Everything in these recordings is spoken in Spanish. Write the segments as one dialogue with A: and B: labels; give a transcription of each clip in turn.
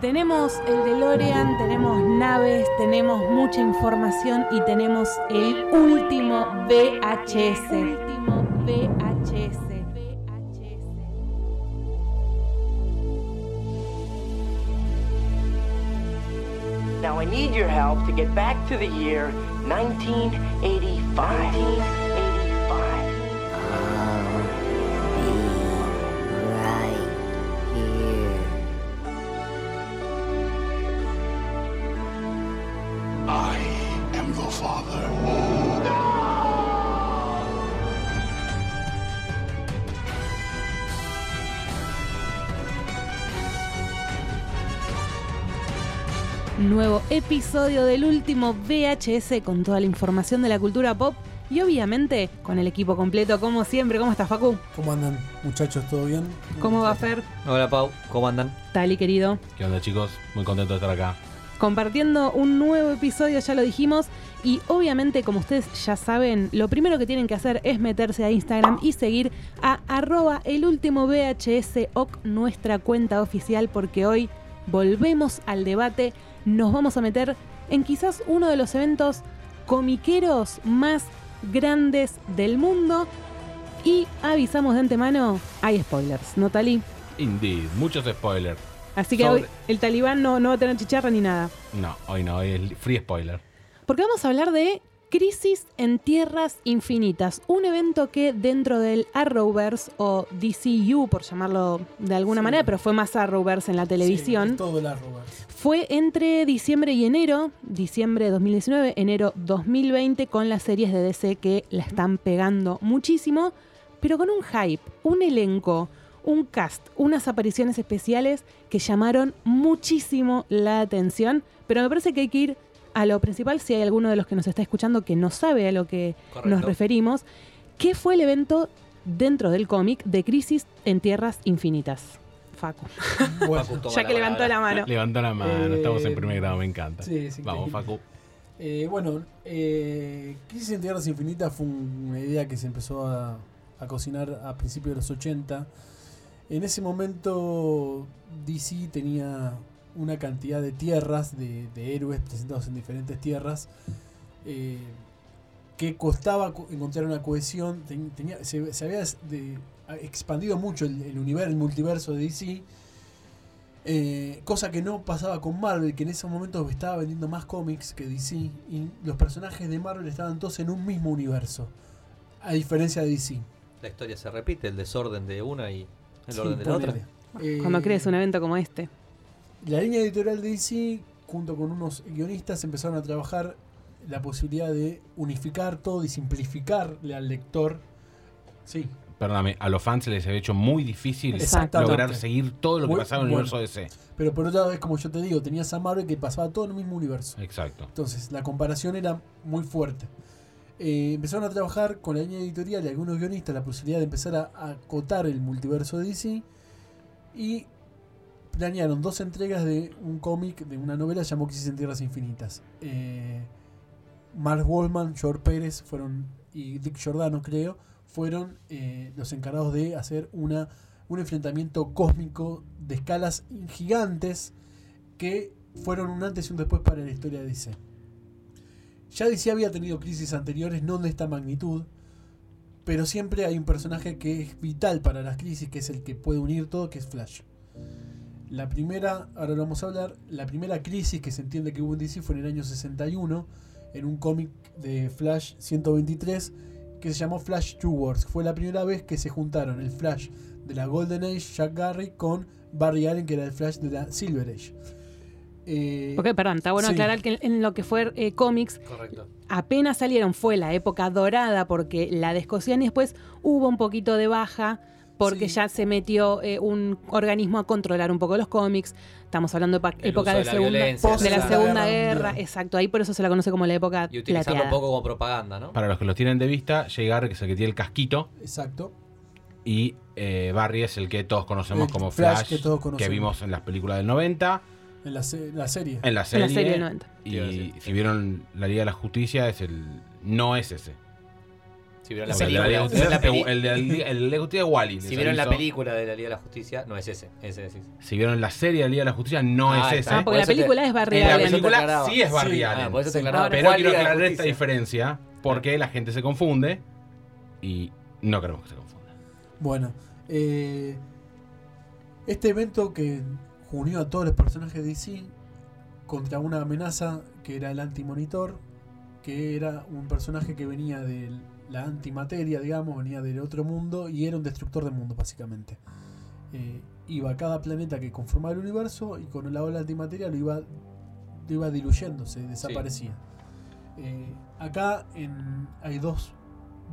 A: Tenemos el DeLorean, tenemos naves, tenemos mucha información y tenemos el último VHS. último VHS.
B: Now I need your help to get back to the year 1985. 1985.
C: I am the father.
A: Nuevo episodio del último VHS con toda la información de la cultura pop y obviamente con el equipo completo como siempre. ¿Cómo estás, Facu?
D: ¿Cómo andan, muchachos? ¿Todo bien?
A: ¿Cómo va Fer?
E: Hola Pau, ¿cómo andan?
A: Tali, querido.
F: ¿Qué onda chicos? Muy contento de estar acá.
A: compartiendo un nuevo episodio, ya lo dijimos. Y obviamente, como ustedes ya saben, lo primero que tienen que hacer es meterse a Instagram y seguir a arroba el último VHS OC, nuestra cuenta oficial, porque hoy volvemos al debate. Nos vamos a meter en quizás uno de los eventos comiqueros más grandes del mundo. Y avisamos de antemano, hay spoilers, ¿no, Tali?
F: Indeed, muchos spoilers.
A: Así que
F: Sobre-
A: hoy el talibán no, no va a tener chicharra ni nada.
F: No, hoy no, hoy es free spoiler.
A: Porque vamos a hablar de Crisis en Tierras Infinitas, un evento que dentro del Arrowverse o DCU, por llamarlo de alguna
D: Sí.
A: manera, pero fue más Arrowverse en la
D: Sí,
A: televisión,
D: es todo el Arrowverse.
A: fue entre diciembre y enero, diciembre de 2019, enero 2020, con las series de DC que la están pegando muchísimo, pero con un hype, un elenco, un cast, unas apariciones especiales que llamaron muchísimo la atención, pero me parece que hay que ir a lo principal, si hay alguno de los que nos está escuchando que no sabe a lo que nos referimos, ¿qué fue el evento dentro del cómic de Crisis en Tierras Infinitas? Facu,
D: Bueno,
A: ya que levantó la mano.
F: Levanta la mano,
D: Eh,
F: estamos en primer grado, me encanta.
D: sí, sí,
F: Vamos,
D: increíble.
F: Facu.
D: eh, bueno eh, Crisis en Tierras Infinitas fue un- una idea que se empezó a, a cocinar a principios de los 80. En ese momento DC tenía una cantidad de tierras, de, de héroes presentados en diferentes tierras, eh, que costaba co- encontrar una cohesión. Ten- tenía- se, se había des- de- a- expandido mucho el, el universo, el multiverso de DC. eh, cosa que no pasaba con Marvel, que en ese momento estaba vendiendo más cómics que DC. Y los personajes de Marvel estaban todos en un mismo universo. A diferencia de DC.
E: La historia se repite, el desorden de una y el
D: Sí,
E: orden de la otra.
D: ponele. Eh,
A: Ah, Cuando crees un evento como este.
D: La línea editorial de DC, junto con unos guionistas, empezaron a trabajar la posibilidad de unificar todo y simplificarle al lector. Sí,
F: Perdóname, a los fans se les había hecho muy difícil
A: Exactamente.
F: lograr seguir todo lo que
D: Muy-
F: pasaba en el
D: bueno.
F: universo DC.
D: pero por otra vez, como yo te digo, tenías a Marvel que pasaba todo en el mismo universo.
F: Exacto.
D: Entonces, la comparación era muy fuerte. Eh, empezaron a trabajar con la línea editorial y algunos guionistas la posibilidad de empezar a a acotar el multiverso de DC y planearon dos entregas de un cómic, de una novela llamada Crisis en Tierras Infinitas. Eh, Mark Wallman, George Pérez fueron y Dick Giordano, creo, fueron eh, los encargados de hacer una, un enfrentamiento cósmico de escalas gigantes que fueron un antes y un después para la historia de DC. Ya DC había tenido crisis anteriores, no de esta magnitud, pero siempre hay un personaje que es vital para las crisis, que es el que puede unir todo, que es Flash. La primera, ahora lo vamos a hablar, la primera crisis que se entiende que hubo en DC fue en el año 61, en un cómic de Flash 123 que se llamó Flash Two Wars. Fue la primera vez que se juntaron el Flash de la Golden Age, Jack Garry, con Barry Allen, que era el Flash de la Silver Age. Eh,
A: Ok, perdón, está bueno
D: sí.
A: aclarar que en- en lo que fue eh, cómics
E: Correcto.
A: apenas salieron, fue la época dorada porque la descosían y después hubo un poquito de baja porque
D: Sí.
A: ya se metió eh, un organismo a controlar un poco los cómics. Estamos hablando de pa-
E: El
A: época
E: uso
A: de,
E: de la
A: segunda,
E: violencia,
A: de la
D: la
A: Segunda
D: Guerra
A: Guerra,
D: Mundial.
A: exacto, ahí por eso se la conoce como la época
E: Y utilizarlo
A: plateada.
E: un poco como propaganda, ¿no?
F: Para los que los tienen de vista, llegar que es el que tiene el casquito
D: Exacto.
F: y eh, Barry es el que todos conocemos
D: El
F: como
D: Flash
F: Flash,
D: que todos conocemos.
F: que vimos en las películas del 90,
D: En la, se- en la serie.
F: en la
A: en
F: serie.
A: la serie del 90.
F: y si vieron la Liga de la Justicia, es el no es ese.
G: Si vieron la
F: O sea, el de la
G: película.
F: Liga
G: si vieron la peli-
F: Justicia- El de la Liga- el de la Liga Justicia de Wally.
G: Si vieron la película de la Liga de la Justicia, no es ese. Ese decís.
F: Si vieron la serie de la Liga de la Justicia, no
G: Ah,
F: es
G: está.
F: esa.
A: Ah, porque la
G: Por eso te-
A: película es Barry
G: en la
F: La
A: Allen.
G: película
F: película
G: aclaraba.
F: sí es Barry
D: Sí,
G: Ah,
F: Allen.
G: por eso te
D: sí.
G: aclaraba.
F: Pero
G: ¿Cuál
F: quiero
G: Liga de la
F: aclarar esta
G: Justicia?
F: diferencia porque la gente se confunde y no queremos que se confunda.
D: Bueno, eh, este evento que unió a todos los personajes de DC contra una amenaza que era el Antimonitor, que era un personaje que venía de la antimateria, digamos, venía del otro mundo y era un destructor de mundo, básicamente. Eh, iba a cada planeta que conformaba el universo y con la ola antimateria lo iba, lo iba diluyendo, se desaparecía. Eh, acá en- hay dos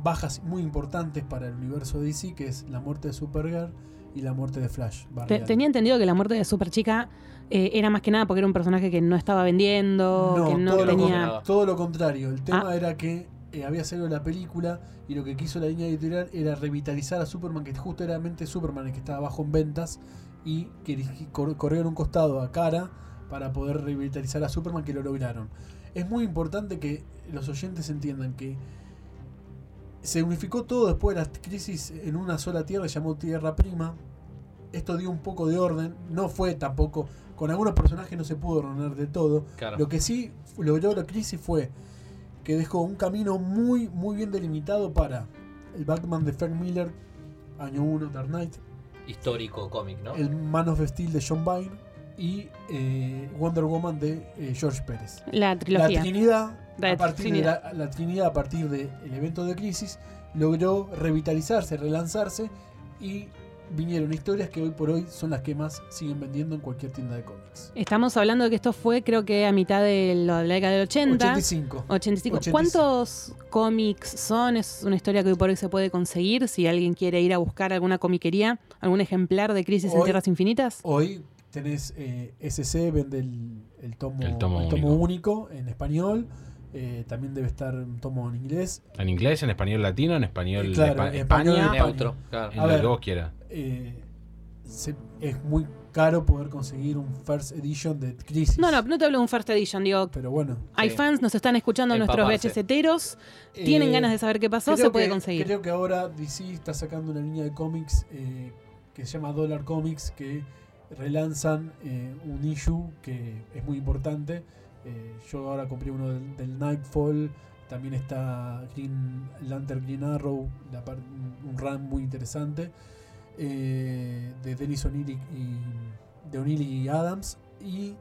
D: bajas muy importantes para el universo DC, que es la muerte de Supergirl y la muerte de Flash. Barry
A: Te-
D: Allen.
A: tenía entendido que la muerte de Superchica eh, era más que nada porque era un personaje que no estaba vendiendo,
D: No,
A: que no
D: todo, lo,
A: tenía. Ah.
D: con- todo lo contrario. El tema era que eh, había salido la película y lo que quiso la línea editorial era revitalizar a Superman, que justamente Superman el que estaba bajo en ventas y que dirigi- cor- corrieron un costado a cara para poder revitalizar a Superman, que lo lograron. Es muy importante que los oyentes entiendan que se unificó todo después de la crisis en una sola tierra, se llamó Tierra Prima. Esto dio un poco de orden, no fue tampoco, con algunos personajes no se pudo ordenar de todo,
E: Claro.
D: lo que sí logró la crisis fue que dejó un camino muy, muy bien delimitado para el Batman de Frank Miller, año 1, Dark Knight,
E: Histórico cómic, ¿no?
D: el Man of Steel de John Byrne y eh, Wonder Woman de eh, George Pérez.
A: La
D: La
A: trilogía.
D: Trinidad,
A: La
D: a partir de
A: Trinidad.
D: la, la Trinidad a partir del evento de crisis, logró revitalizarse, relanzarse y vinieron historias que hoy por hoy son las que más siguen vendiendo en cualquier tienda de cómics.
A: Estamos hablando de que esto fue, creo que a mitad de lo- la década del 80.
D: 85.
A: 85.
D: 85.
A: ¿Cuántos cómics son? Es una historia que hoy por hoy se puede conseguir. Si alguien quiere ir a buscar alguna comiquería, algún ejemplar de Crisis en
D: Hoy-
A: Tierras Infinitas.
D: Hoy tenés eh, SC, vende el, el tomo,
F: El tomo
D: único. en español. Eh, también debe estar un tomo en inglés.
F: En inglés, en español latino, en español
D: Eh,
F: de
D: claro,
F: Espa-
D: en español
F: España,
D: de España.
E: Neutro, claro.
F: en
D: A
F: lo
D: ver.
F: que vos quieras.
D: Eh, se- es muy caro poder conseguir un first edition de Crisis.
A: No, no, no te hablo de un first edition. Digo,
D: Pero bueno.
A: hay
E: Sí.
A: fans, nos están escuchando nuestros
E: Empaparse.
A: VHSeteros. Tienen
D: Eh,
A: ganas de saber qué pasó,
D: creo
A: se puede
D: que-
A: conseguir.
D: Creo que ahora DC está sacando una línea de cómics eh, que se llama Dollar Comics, que relanzan eh, un issue que es muy importante. Eh, yo ahora compré uno del, del Nightfall, también está Green Lantern Green Arrow, la par- un run muy interesante eh, de Dennis O'Neill y, y- de O'Neill y Adams. Y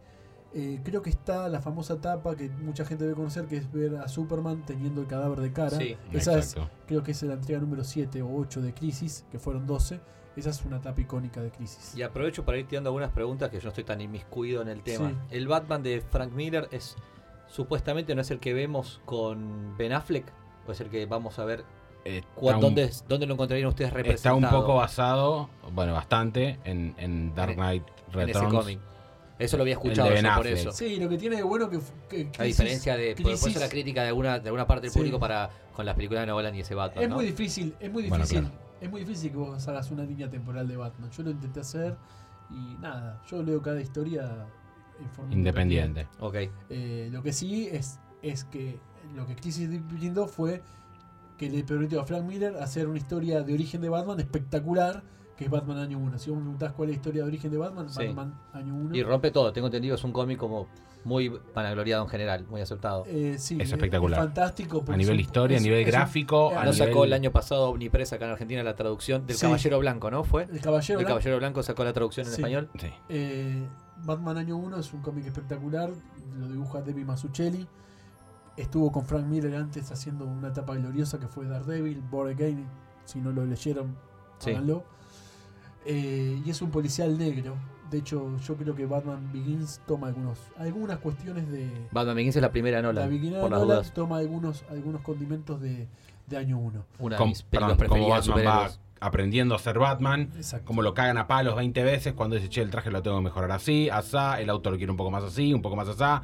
D: eh, creo que está la famosa tapa que mucha gente debe conocer, que es ver a Superman teniendo el cadáver de cara.
E: Sí,
D: Esa es,
F: Exacto.
D: creo que es la entrega número 7 o 8 de Crisis, que fueron 12. Esa es una tapa icónica de Crisis.
E: Y aprovecho para ir tirando algunas preguntas que yo no estoy tan inmiscuido en el tema.
D: Sí.
E: El Batman de Frank Miller es supuestamente no es el que vemos con Ben Affleck, o es el que vamos a ver cu-
F: Está un-
E: dónde, es- dónde lo encontrarían ustedes
F: Está
E: representado.
F: un poco basado, bueno, bastante, en, en Dark
E: En-
F: Knight
E: en ese
F: Returns.
E: cómic. Eso lo había escuchado
F: El de Ben
E: yo por
F: Affleck.
E: eso.
D: Sí, lo que tiene de bueno que, f- que
E: A
D: Crisis-
E: diferencia de por- por eso
D: Crisis
E: la crítica de alguna, de alguna parte del
D: Sí.
E: público para con las películas de Nolan y ese Batman,
D: Es
E: ¿no?
D: muy difícil, es muy
F: Ah, Bueno,
D: difícil.
F: claro.
D: Es muy difícil que vos hagas una línea temporal de Batman. Yo lo intenté hacer y nada, yo leo cada historia en forma
F: Independiente.
E: Ok.
D: Eh, lo que sí es, es que lo que Crisis brindó fue que le permitió a Frank Miller hacer una historia de origen de Batman espectacular, que es Batman año 1. Si vos me preguntás cuál es la historia de origen de Batman,
E: Sí.
D: Batman año 1.
E: Y rompe todo, tengo entendido, es un cómic como muy vanagloriado en general, muy aceptado.
D: Eh, sí,
F: Es espectacular.
D: fantástico. porque
F: A nivel
D: es un-
F: historia, a
D: es-
F: nivel
D: es un-
F: gráfico,
D: eh,
F: a
E: no
F: nivel...
E: sacó el año pasado Omnipresa acá en Argentina la traducción del
D: Sí.
E: Caballero Blanco, ¿no? ¿Fue?
D: El Caballero
E: El
D: Blanco.
E: Caballero Blanco sacó la traducción en
D: Sí.
E: español.
F: Sí.
D: Eh, Batman Año 1 es un cómic espectacular, lo dibuja Debbie Mazzucchelli. Estuvo con Frank Miller antes haciendo una etapa gloriosa que fue Daredevil, Born Again. Si no lo leyeron,
E: Sí.
D: háganlo. Eh, y es un policial negro. De hecho, yo creo que Batman Begins toma algunos, algunas cuestiones de.
E: Batman Begins es la primera de
D: la
E: Nolan,
D: beginada
E: por las
D: Nolan
E: dudas.
D: toma algunos, algunos condimentos de, de año 1.
E: Una de
F: Com-
E: mis películas
F: perdón, como
E: preferidas de
F: Batman va
E: superhéroes.
F: aprendiendo a ser Batman,
D: Exacto.
F: como lo cagan a palos 20 veces cuando dice, che, el traje lo tengo que mejorar así, asá, el auto lo quiere un poco más así, un poco más asá. va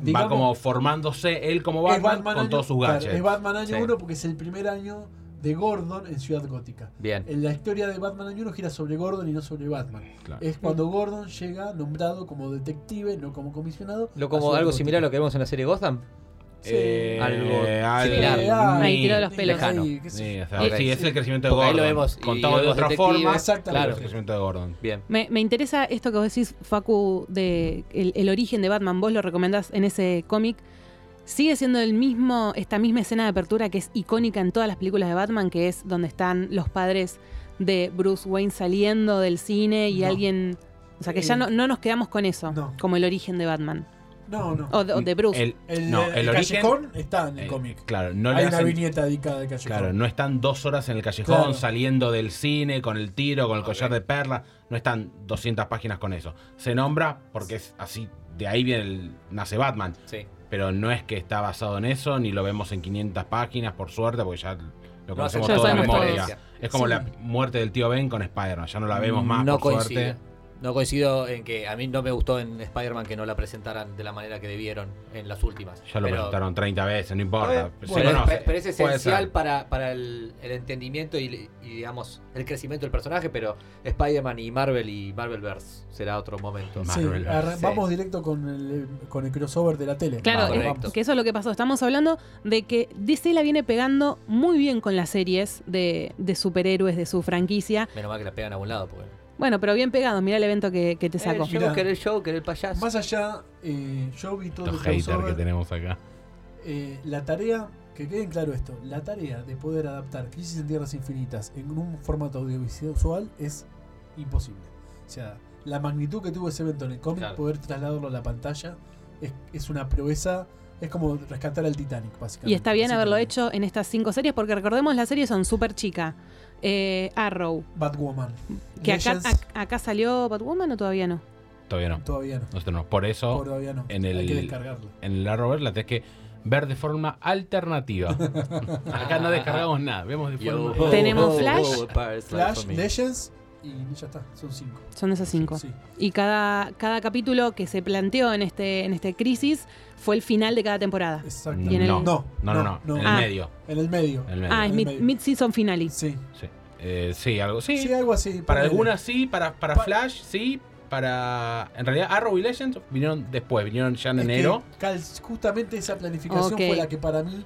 D: Digamos-
F: como formándose él como
D: Es
F: Batman, con
D: año-
F: todos sus
D: claro,
F: gadgets.
D: Es Batman Año
E: Sí.
D: 1 porque es el primer año de Gordon en Ciudad Gótica.
E: Bien,
D: En la historia de Batman Año 1 gira sobre Gordon y no sobre Batman.
F: Claro.
D: Es cuando Gordon llega nombrado como detective, no como comisionado.
E: lo
D: a
E: como
D: Ciudad
E: algo
D: Gótica.
E: similar a lo que vemos en la serie Gotham.
A: Sí.
F: Eh,
E: Algo
A: similar.
D: Ah,
A: Ahí tiró los
D: sí,
A: pelos.
E: Lejano.
D: sí, qué sé
F: Sí,
D: yo.
F: o sea,
E: Eh,
F: sí, es el crecimiento de
G: porque ahí
F: Gordon.
G: lo vemos, y
F: Contado de
G: los
F: otra
G: detectives,
F: forma,
D: exactamente.
F: claro, el
G: claro.
F: crecimiento de Gordon.
G: Bien.
A: Me, me interesa esto que vos decís, Facu, de el, el origen de Batman. Vos lo recomendás en ese cómic. Sigue siendo el mismo, esta misma escena de apertura que es icónica en todas las películas de Batman, que es donde están los padres de Bruce Wayne saliendo del cine y
D: No.
A: alguien. O sea, que ya
D: Eh,
A: no, no nos quedamos con eso,
D: no.
A: como el origen de Batman.
D: No, no.
A: O de, o de Bruce.
F: El,
D: El,
F: no,
D: eh,
F: el,
D: el
F: origen.
D: callejón está en el
F: eh,
D: cómic.
F: Claro, no le
D: Hay una
F: hacen-
D: viñeta dedicada al callejón.
F: Claro, no están dos horas en el callejón
D: Claro.
F: saliendo del cine con el tiro, con el collar de perla. No están 200 páginas con eso. Se nombra porque es así, de ahí viene el, nace Batman.
G: Sí.
F: Pero no es que está basado en eso, ni lo vemos en 500 páginas, por suerte, porque ya lo conocemos
A: ya
F: todo de
A: sabemos todo.
F: memoria. Es como
A: Sí.
F: la muerte del tío Ben con Spider-Man. Ya no la vemos más,
G: Mm, No
F: por
G: coincido.
F: suerte.
G: No coincido en que a mí no me gustó en Spider-Man que no la presentaran de la manera que debieron en las últimas.
F: Ya lo
G: Pero-
F: presentaron 30 veces, no importa. se
G: pero,
F: conoce.
G: pero es
F: Puede
G: esencial
F: ser.
G: para, para el, el entendimiento y, y, digamos el crecimiento del personaje, pero Spider-Man y Marvel y Marvelverse será otro momento.
F: Más
D: Sí,
F: Marvel.
D: arran-
G: Sí.
D: Vamos directo con el, eh, con el crossover de la tele.
A: Claro,
D: Vamos,
A: eh,
G: correcto.
D: vamos.
A: que eso es lo que pasó. Estamos hablando de que DC la viene pegando muy bien con las series de, de superhéroes de su franquicia.
G: Menos mal que la pegan a un lado, porque.
A: Bueno, pero bien pegado. Mirá el evento que, que te saco.
G: El Joker, el Joker, el payaso.
D: Más allá, eh, yo vi todo el
F: Los haters que
D: crossover.
F: tenemos acá.
D: Eh, la tarea, que queden claro esto, la tarea de poder adaptar Crisis en Tierras Infinitas en un formato audiovisual es imposible. O sea, la magnitud que tuvo ese evento en el cómic,
G: Claro.
D: poder trasladarlo a la pantalla, es, es una proeza, es como rescatar al Titanic, básicamente.
A: Y está bien
D: Así
A: haberlo
D: que,
A: hecho en estas cinco series, porque recordemos, las series son súper chicas. Eh, Arrow,
D: Batwoman.
A: que acá,
D: Legends,
A: ac- acá salió Batwoman o todavía no.
F: Todavía no.
D: todavía no.
F: Nosotros no. Por eso,
D: todavía no.
F: en el-
D: Hay que descargarlo.
F: en el Arrowverse la tenés que ver de forma alternativa. acá no descargamos nada, vemos de
G: Yo-
F: forma...
A: Tenemos Flash.
G: Power Slide
D: Flash,
G: for me.
D: Legends y ya está, son cinco.
A: Son esas cinco.
D: Sí.
A: Y cada, cada capítulo que se planteó en este, en este crisis fue el final de cada temporada.
D: Exacto.
A: Ah. Y en el-
F: No, no, no, no, En el
A: Ah.
F: medio.
D: En el medio.
F: en el medio.
A: Ah, es
D: el
A: mid-
D: medio.
A: mid-season finale.
D: Sí.
F: sí. Eh, sí, algo sí.
D: Sí, algo así.
F: para
D: ponele.
F: algunas sí, para, para
D: Pa-
F: Flash sí, para... En realidad Arrow y Legends vinieron después, vinieron ya en
D: Es que
F: enero.
D: cal- justamente esa planificación
A: Ok.
D: fue la que para mí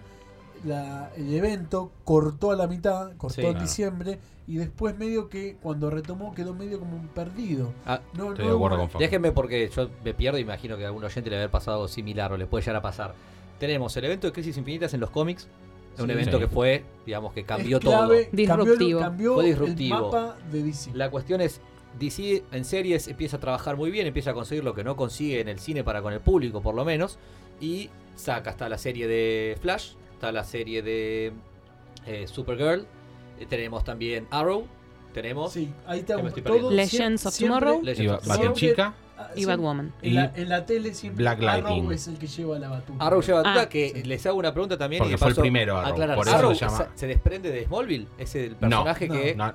D: la- el evento cortó a la mitad, cortó
G: Sí,
D: en
F: claro.
D: diciembre y después medio que cuando retomó quedó medio como un perdido.
G: Ah,
D: No,
F: Estoy
D: no
F: de acuerdo
D: hubo-
F: con Facu.
G: Déjenme porque yo me pierdo y imagino que a algún oyente le debe haber pasado algo similar o le puede llegar a pasar. Tenemos el evento de Crisis Infinitas en los cómics,
D: Sí.
G: un evento
F: Sí.
G: que fue, digamos, que
D: es
G: cambió todo.
D: clave,
A: Disruptivo.
D: Cambió, cambió
G: Fue disruptivo.
D: el mapa de DC.
G: La cuestión es, DC en series empieza a trabajar muy bien, empieza a conseguir lo que no consigue en el cine para con el público, por lo menos, y saca, está la serie de Flash, está la serie de eh, Supergirl, eh, tenemos también Arrow, tenemos...
D: Sí, ahí te
G: Que me
D: hago
G: estoy
D: todo.
G: perdiendo.
D: sie-
A: Legends of
D: siempre-
A: Tomorrow.
G: Legends
F: Y
G: of
F: Ba-
G: Tomorrow.
D: Batman.
F: Batenchica,
D: ah,
A: Y
D: siempre-
A: Batwoman.
D: En la, en la tele siempre
F: Black Lightning.
D: Arrow es el que lleva la batuta.
G: Arrow lleva duda
A: Ah.
G: que
D: Sí.
G: les hago una pregunta también y
F: porque
G: de
F: fue el
G: paso
F: primero Arrow.
G: aclarar.
F: Por eso
G: Arrow
F: se llama...
G: se- se desprende de Smallville, es el personaje
D: No,
G: que Ah,
F: No,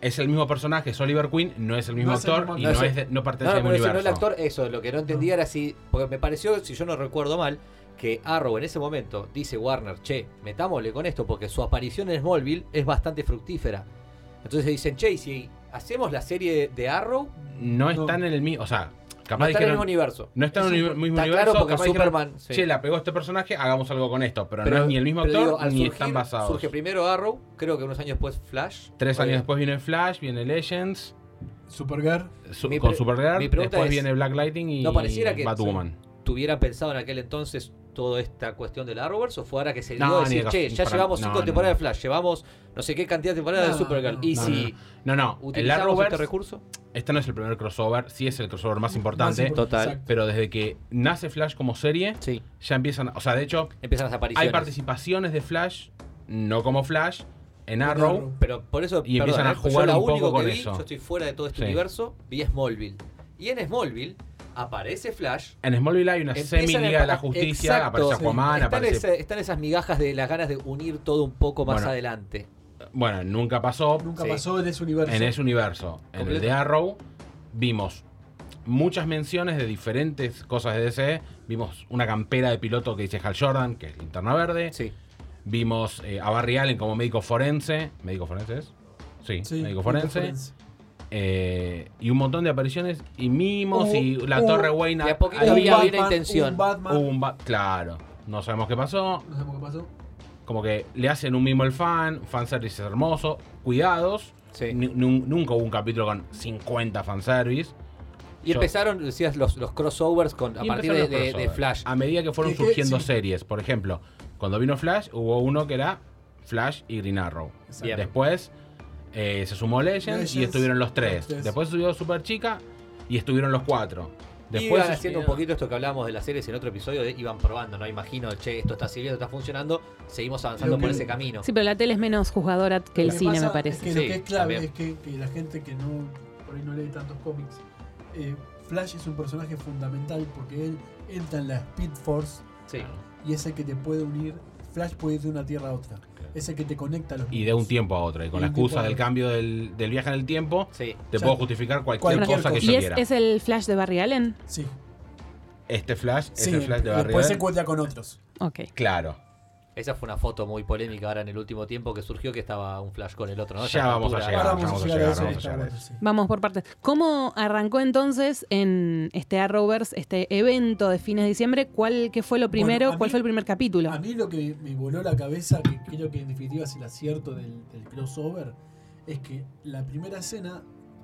F: es el mismo personaje, es Oliver Queen, no es el mismo
D: No es el
F: actor
D: mismo
F: y no,
G: actor. No es
F: es de- no
G: No,
F: pertenece
G: no,
F: al
G: pero si
F: universo.
G: no el actor, eso, lo que no entendía era si. Porque me pareció, si yo no recuerdo mal, que Arrow en ese momento dice Warner, che, metámosle con esto, porque su aparición en Smallville es bastante fructífera. Entonces dicen, che, y si hacemos la serie de Arrow,
F: No
D: No.
F: están en el mismo, o sea,
G: no
F: capaz
G: está en el
F: dijeron,
G: mismo universo.
F: no están en el mismo
G: Está
F: universo,
G: claro porque
F: capaz dijeron,
G: Superman. sí.
F: Che, la pegó este personaje, hagamos algo con esto. Pero,
G: Pero-
F: no es ni el mismo
G: pero
F: actor
G: digo, al
F: ni
G: surgir-
F: están basados.
G: Surge primero Arrow, creo que unos años después Flash.
F: Tres
G: Oye,
F: años después viene Flash, viene Legends,
D: Supergirl.
F: su-
G: Mi
F: con
G: pre-
F: Supergirl,
G: mi pregunta
F: después
G: es-
F: viene Black Lightning y
G: No, pareciera que-
F: Batwoman.
G: ¿Tuvieran pensado en aquel entonces toda esta cuestión del Arrowverse o fue ahora que se dio
F: No,
G: a
F: ni
G: decir,
F: de
G: che,
F: caf-
G: ya
F: para-
G: llevamos
F: no,
G: cinco
F: no,
G: temporadas de
F: no.
G: Flash, llevamos no sé qué cantidad de temporadas
D: No,
G: de Supergirl?
D: no,
G: y
D: no,
G: si
F: No, no, el
G: utilizamos
F: Arrowverse,
G: este recurso?
F: este no es el primer crossover, sí es el crossover más importante.
D: Más importante,
G: total.
D: exacto.
F: Pero desde que nace Flash como serie,
G: Sí.
F: ya empiezan, o sea, de hecho,
G: Empiezan las
F: hay
G: apariciones.
F: participaciones de Flash, no como Flash, en Arrow.
D: Arrow.
G: Pero por eso.
F: Y empiezan a
G: ¿eh? Yo
F: jugar
G: la
F: un poco
G: único
F: con
G: que vi,
F: eso.
G: Yo estoy fuera de todo este
F: Sí.
G: universo, vi Smallville. Y en Smallville aparece Flash.
F: En Smallville hay una
G: empiezan
F: semi-liga
G: a-
F: de la justicia,
G: Exacto.
F: aparece Aquaman,
G: están,
F: aparece...
G: ese- están esas migajas de las ganas de unir todo un poco más
F: Bueno.
G: adelante.
F: Bueno, nunca pasó,
D: Nunca
G: Sí.
D: pasó en ese universo.
F: en ese universo, en el
G: Completo.
F: de Arrow, vimos muchas menciones de diferentes cosas de DC. Vimos una campera de piloto que dice Hal Jordan, que es linterna verde.
G: Sí.
F: Vimos eh, a Barry Allen como médico forense. ¿Médico forense es? Sí,
D: Sí,
F: médico forense. Eh, y un montón de apariciones y mimos
D: Hubo-
F: y la
D: hubo-
F: Torre Wayne.
G: de a poquito
F: ahí
G: había-
F: va-
G: una intención.
D: un Batman,
F: hubo un ba- Claro. no sabemos qué pasó.
D: No sabemos qué pasó.
F: Como que le hacen un mimo al fan, fanservice es hermoso, cuidados.
G: Sí.
F: Ni- nun- nunca hubo un capítulo con 50 fanservice.
G: Y
F: Yo-
G: empezaron, decías, los, los crossovers con, a
F: Y
G: partir de,
F: empezaron
G: de-
F: los
G: de
F: crossovers.
G: Flash.
F: A medida que fueron
D: Que- que-
F: surgiendo
D: sí.
F: series, por ejemplo, cuando vino Flash, hubo uno que era Flash y Green Arrow.
D: Exacto.
G: Bien.
F: Después eh, se sumó Legends, y
D: Legends.
F: estuvieron los tres.
D: Tres.
F: Después subió Super Chica y estuvieron los cuatro. Después
G: iban haciendo un
F: estuvieron-
G: poquito esto que hablábamos de las series en otro episodio, de- iban probando, ¿no? Imagino, che, esto está sirviendo, está funcionando, seguimos avanzando
D: Lo
G: por
D: que-
G: ese camino.
A: Sí, pero la tele es menos juzgadora que el
D: Lo que
A: cine,
D: pasa
A: me parece.
D: Es que
G: Sí,
D: lo que es clave
G: también.
D: es que, que la gente que no por ahí no lee tantos cómics, eh, Flash es un personaje fundamental porque él entra en la Speed Force
G: Sí.
D: y es el que te puede unir. Flash puede ir de una tierra a otra. Es el que te conecta a los
F: Y de un
D: mundos.
F: tiempo a otro. Y con
D: Y
F: la
D: un tiempo
F: excusa
D: a
F: del
D: otro.
F: cambio del, del viaje en el tiempo,
G: Sí.
F: te
D: Ya.
F: puedo justificar cualquier,
D: Cualquier
F: cosa que
D: cosa.
F: yo
A: ¿Y es,
F: quiera.
A: es el flash de Barry Allen?
D: Sí,
F: Este Flash es
D: sí,
F: el Flash de Barry
D: después se
F: Allen.
D: encuentra con otros.
A: Ok.
F: Claro.
G: Esa fue una foto muy polémica ahora en el último tiempo que surgió que estaba un Flash con el otro, ¿no?
F: Ya
G: Esa
F: vamos
G: captura-
F: a llegar.
D: Ahora
F: vamos a llegar, vamos a
D: está
F: llegar a
D: bueno,
F: eso.
D: sí.
A: Vamos por partes. ¿Cómo arrancó entonces en este Arrowverse, este evento de fines de diciembre? ¿Cuál qué fue lo primero?
D: Bueno, a
A: ¿Cuál
D: mí-
A: fue el primer capítulo?
D: A mí lo que me voló la cabeza, que creo que en definitiva es el acierto del, del crossover, es que la primera escena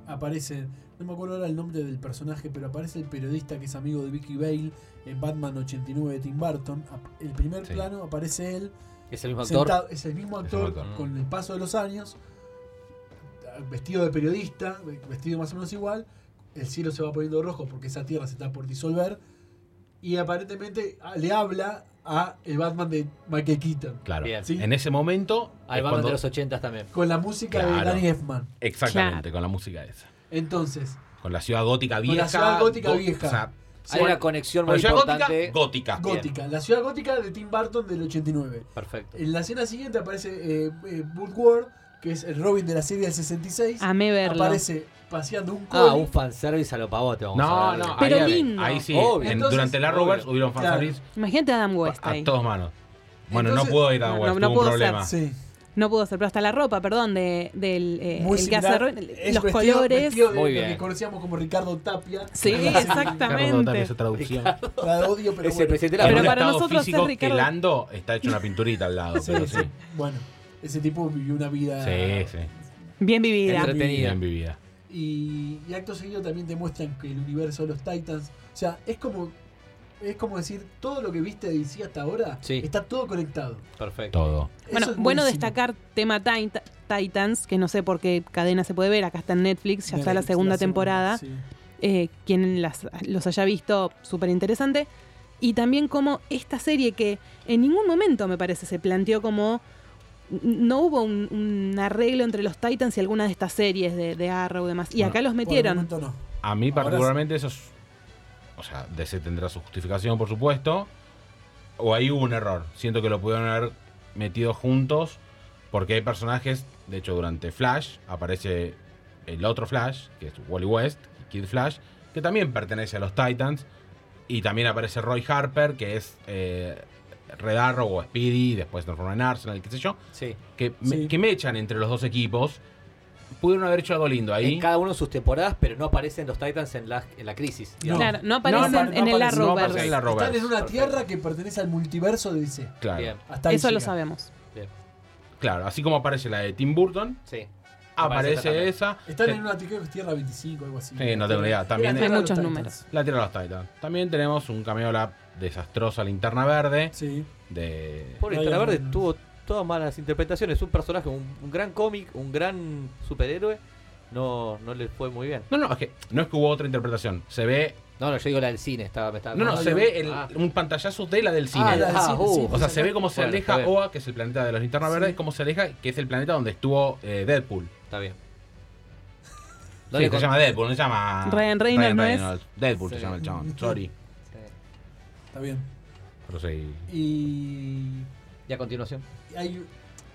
D: aparece, no me acuerdo ahora el nombre del personaje, pero aparece el periodista que es amigo de Vicky Bale en Batman 89 de Tim Burton. Ap- El primer
F: Sí.
D: plano aparece él,
G: Es el mismo actor.
D: sentado, es el mismo
F: Es el
D: actor,
F: actor.
D: con el paso de los años, vestido de periodista, vestido más o menos igual, el cielo se va poniendo rojo porque esa tierra se está por disolver y aparentemente ah, le habla a el Batman de Michael Keaton
F: Claro.
G: Bien.
D: Sí.
F: En ese momento.
G: Al
F: es
G: Batman
F: cuando-
G: de los 80 también.
D: con la música de
F: Claro.
D: Danny Elfman.
F: Exactamente,
A: Claro.
F: con la música esa.
D: Entonces,
F: Con la ciudad gótica
D: Con la
F: vieja.
D: ciudad gótica
F: go-
D: vieja.
F: o sea,
G: Hay
D: sí,
G: una conexión
F: con
G: muy
F: la ciudad gótica,
G: importante.
F: gótica.
D: gótica, la ciudad gótica de Tim Burton del 89.
G: Perfecto.
D: En la escena siguiente aparece eh, eh, Woodward, que es el Robin de la serie del 66.
A: Amé verlo.
D: aparece paseando un cómic.
G: Ah, un fanservice a lo pavote, vamos a
F: No,
G: hablar.
F: no,
A: Pero
F: ahí,
A: lindo.
F: ahí sí.
G: Obvio.
F: en-
D: Entonces,
F: durante la
G: obvio.
F: Rovers hubieron
D: Claro.
F: fanservice
A: Imagínate a Adam West
F: a
A: ahí.
F: todos manos. Bueno,
D: Entonces-
F: no pudo ir a Adam
A: No,
F: West,
A: no
F: tuvo un
A: pudo ser.
F: problema.
D: Sí.
A: No pudo ser, pero hasta la ropa, perdón, de, del eh,
D: Muy
A: el que hace
D: similar.
A: Robin, los
D: Es vestido-
A: colores.
D: vestido de
G: Muy
D: lo
G: bien.
D: que conocíamos como Ricardo Tapia.
A: Sí,
F: Ricardo Tapia,
A: exactamente.
F: esa traducción.
D: La odio, pero
G: Es el
D: bueno.
G: presidente de
F: En
G: la
A: Pero
F: un
A: para
F: estado
A: nosotros es
F: físico que
A: Ricardo-
F: Lando está hecho una pinturita al lado,
D: Sí,
F: pero
D: sí.
F: sí.
D: Bueno, ese tipo vivió una vida.
F: Sí, sí.
A: Bien vivida.
G: Entre- Entretenida.
F: Bien vivida.
D: Y, y acto seguido también te muestran que el universo de los Titans. O sea, es como. Es como decir, todo lo que viste de DC hasta ahora
G: Sí.
D: está todo conectado.
G: Perfecto.
F: Todo.
A: Bueno,
D: Eso es
A: bueno
D: buenísimo.
A: destacar tema Tit- Titans, que no sé por qué cadena se puede ver, acá está en Netflix, ya está la segunda temporada.
D: sí.
A: eh, quien las- los haya visto, súper interesante. Y también como esta serie que en ningún momento me parece se planteó como... No hubo un, un arreglo entre los Titans y alguna de estas series de, de Arrow y demás. Y
F: No,
A: acá los
D: Por el
A: metieron.
D: momento no.
F: A mí
D: Ahora
F: particularmente eso es... O sea, DC tendrá su justificación, por supuesto. O ahí hubo un error. Siento que lo pudieron haber metido juntos. Porque hay personajes, de hecho durante Flash aparece el otro Flash, que es Wally West, Kid Flash, que también pertenece a los Titans. Y también aparece Roy Harper, que es eh, Red Arrow o Speedy, después se transforma en Arsenal, qué sé yo.
G: Sí.
F: Que, me,
D: Sí.
F: que me echan entre los dos equipos. Pudieron haber hecho algo lindo ahí.
G: En cada uno de sus temporadas, pero no aparecen los Titans en la, en la crisis. digamos.
A: Claro, no
D: No,
A: aparecen en
D: no
A: el
D: aparecen,
F: no
A: Arrowverse.
F: aparecen en la Rovers.
D: Están en una
G: Perfecto.
D: tierra que pertenece al multiverso de DC.
F: Claro,
G: Bien,
D: Hasta ahí
A: Eso lo
D: llega.
A: sabemos.
G: bien.
F: claro. Así como aparece la de Tim Burton,
G: Sí.
F: aparece,
G: esta también.
F: esa.
D: Están
F: Sí,
D: en una creo que es tierra 25 algo así.
F: Sí, no tengo idea.
D: La tierra
F: También
A: Hay
D: de los
A: muchos
D: Titans.
A: números.
F: la Tierra de los Titans. También tenemos un cameo a la desastrosa linterna verde
D: Sí.
F: de
G: Pobre
D: No hay
G: Tela Verde
D: alguna.
G: tuvo todas malas interpretaciones. Un personaje, un, un gran cómic, un gran superhéroe. No, no le fue muy bien.
F: No, no, es que no es que hubo otra interpretación. Se ve,
G: No, no, yo digo la del cine. Estaba, me estaba
F: no, no,
D: Ah,
F: se
D: bien.
F: ve el-
G: Ah.
F: un pantallazo de la del cine.
D: Ah, la del
G: Ah,
D: cine,
G: uh,
D: sí,
F: o sea, se ve cómo se
G: Bueno, está
F: aleja
G: bien.
F: Oa, que es el planeta de las linternas
D: Sí.
F: verdes, y cómo se aleja, que es el planeta donde estuvo eh, Deadpool.
G: Está bien. No le
F: Sí, se
G: con-
F: llama Deadpool, no se llama.
A: Ryan Reynolds, ¿no es?
F: Deadpool se
G: Sí.
F: llama el chabón. Sorry.
G: Sí.
D: Está bien.
F: Pero sí.
D: Y
G: Y a continuación.
D: hay,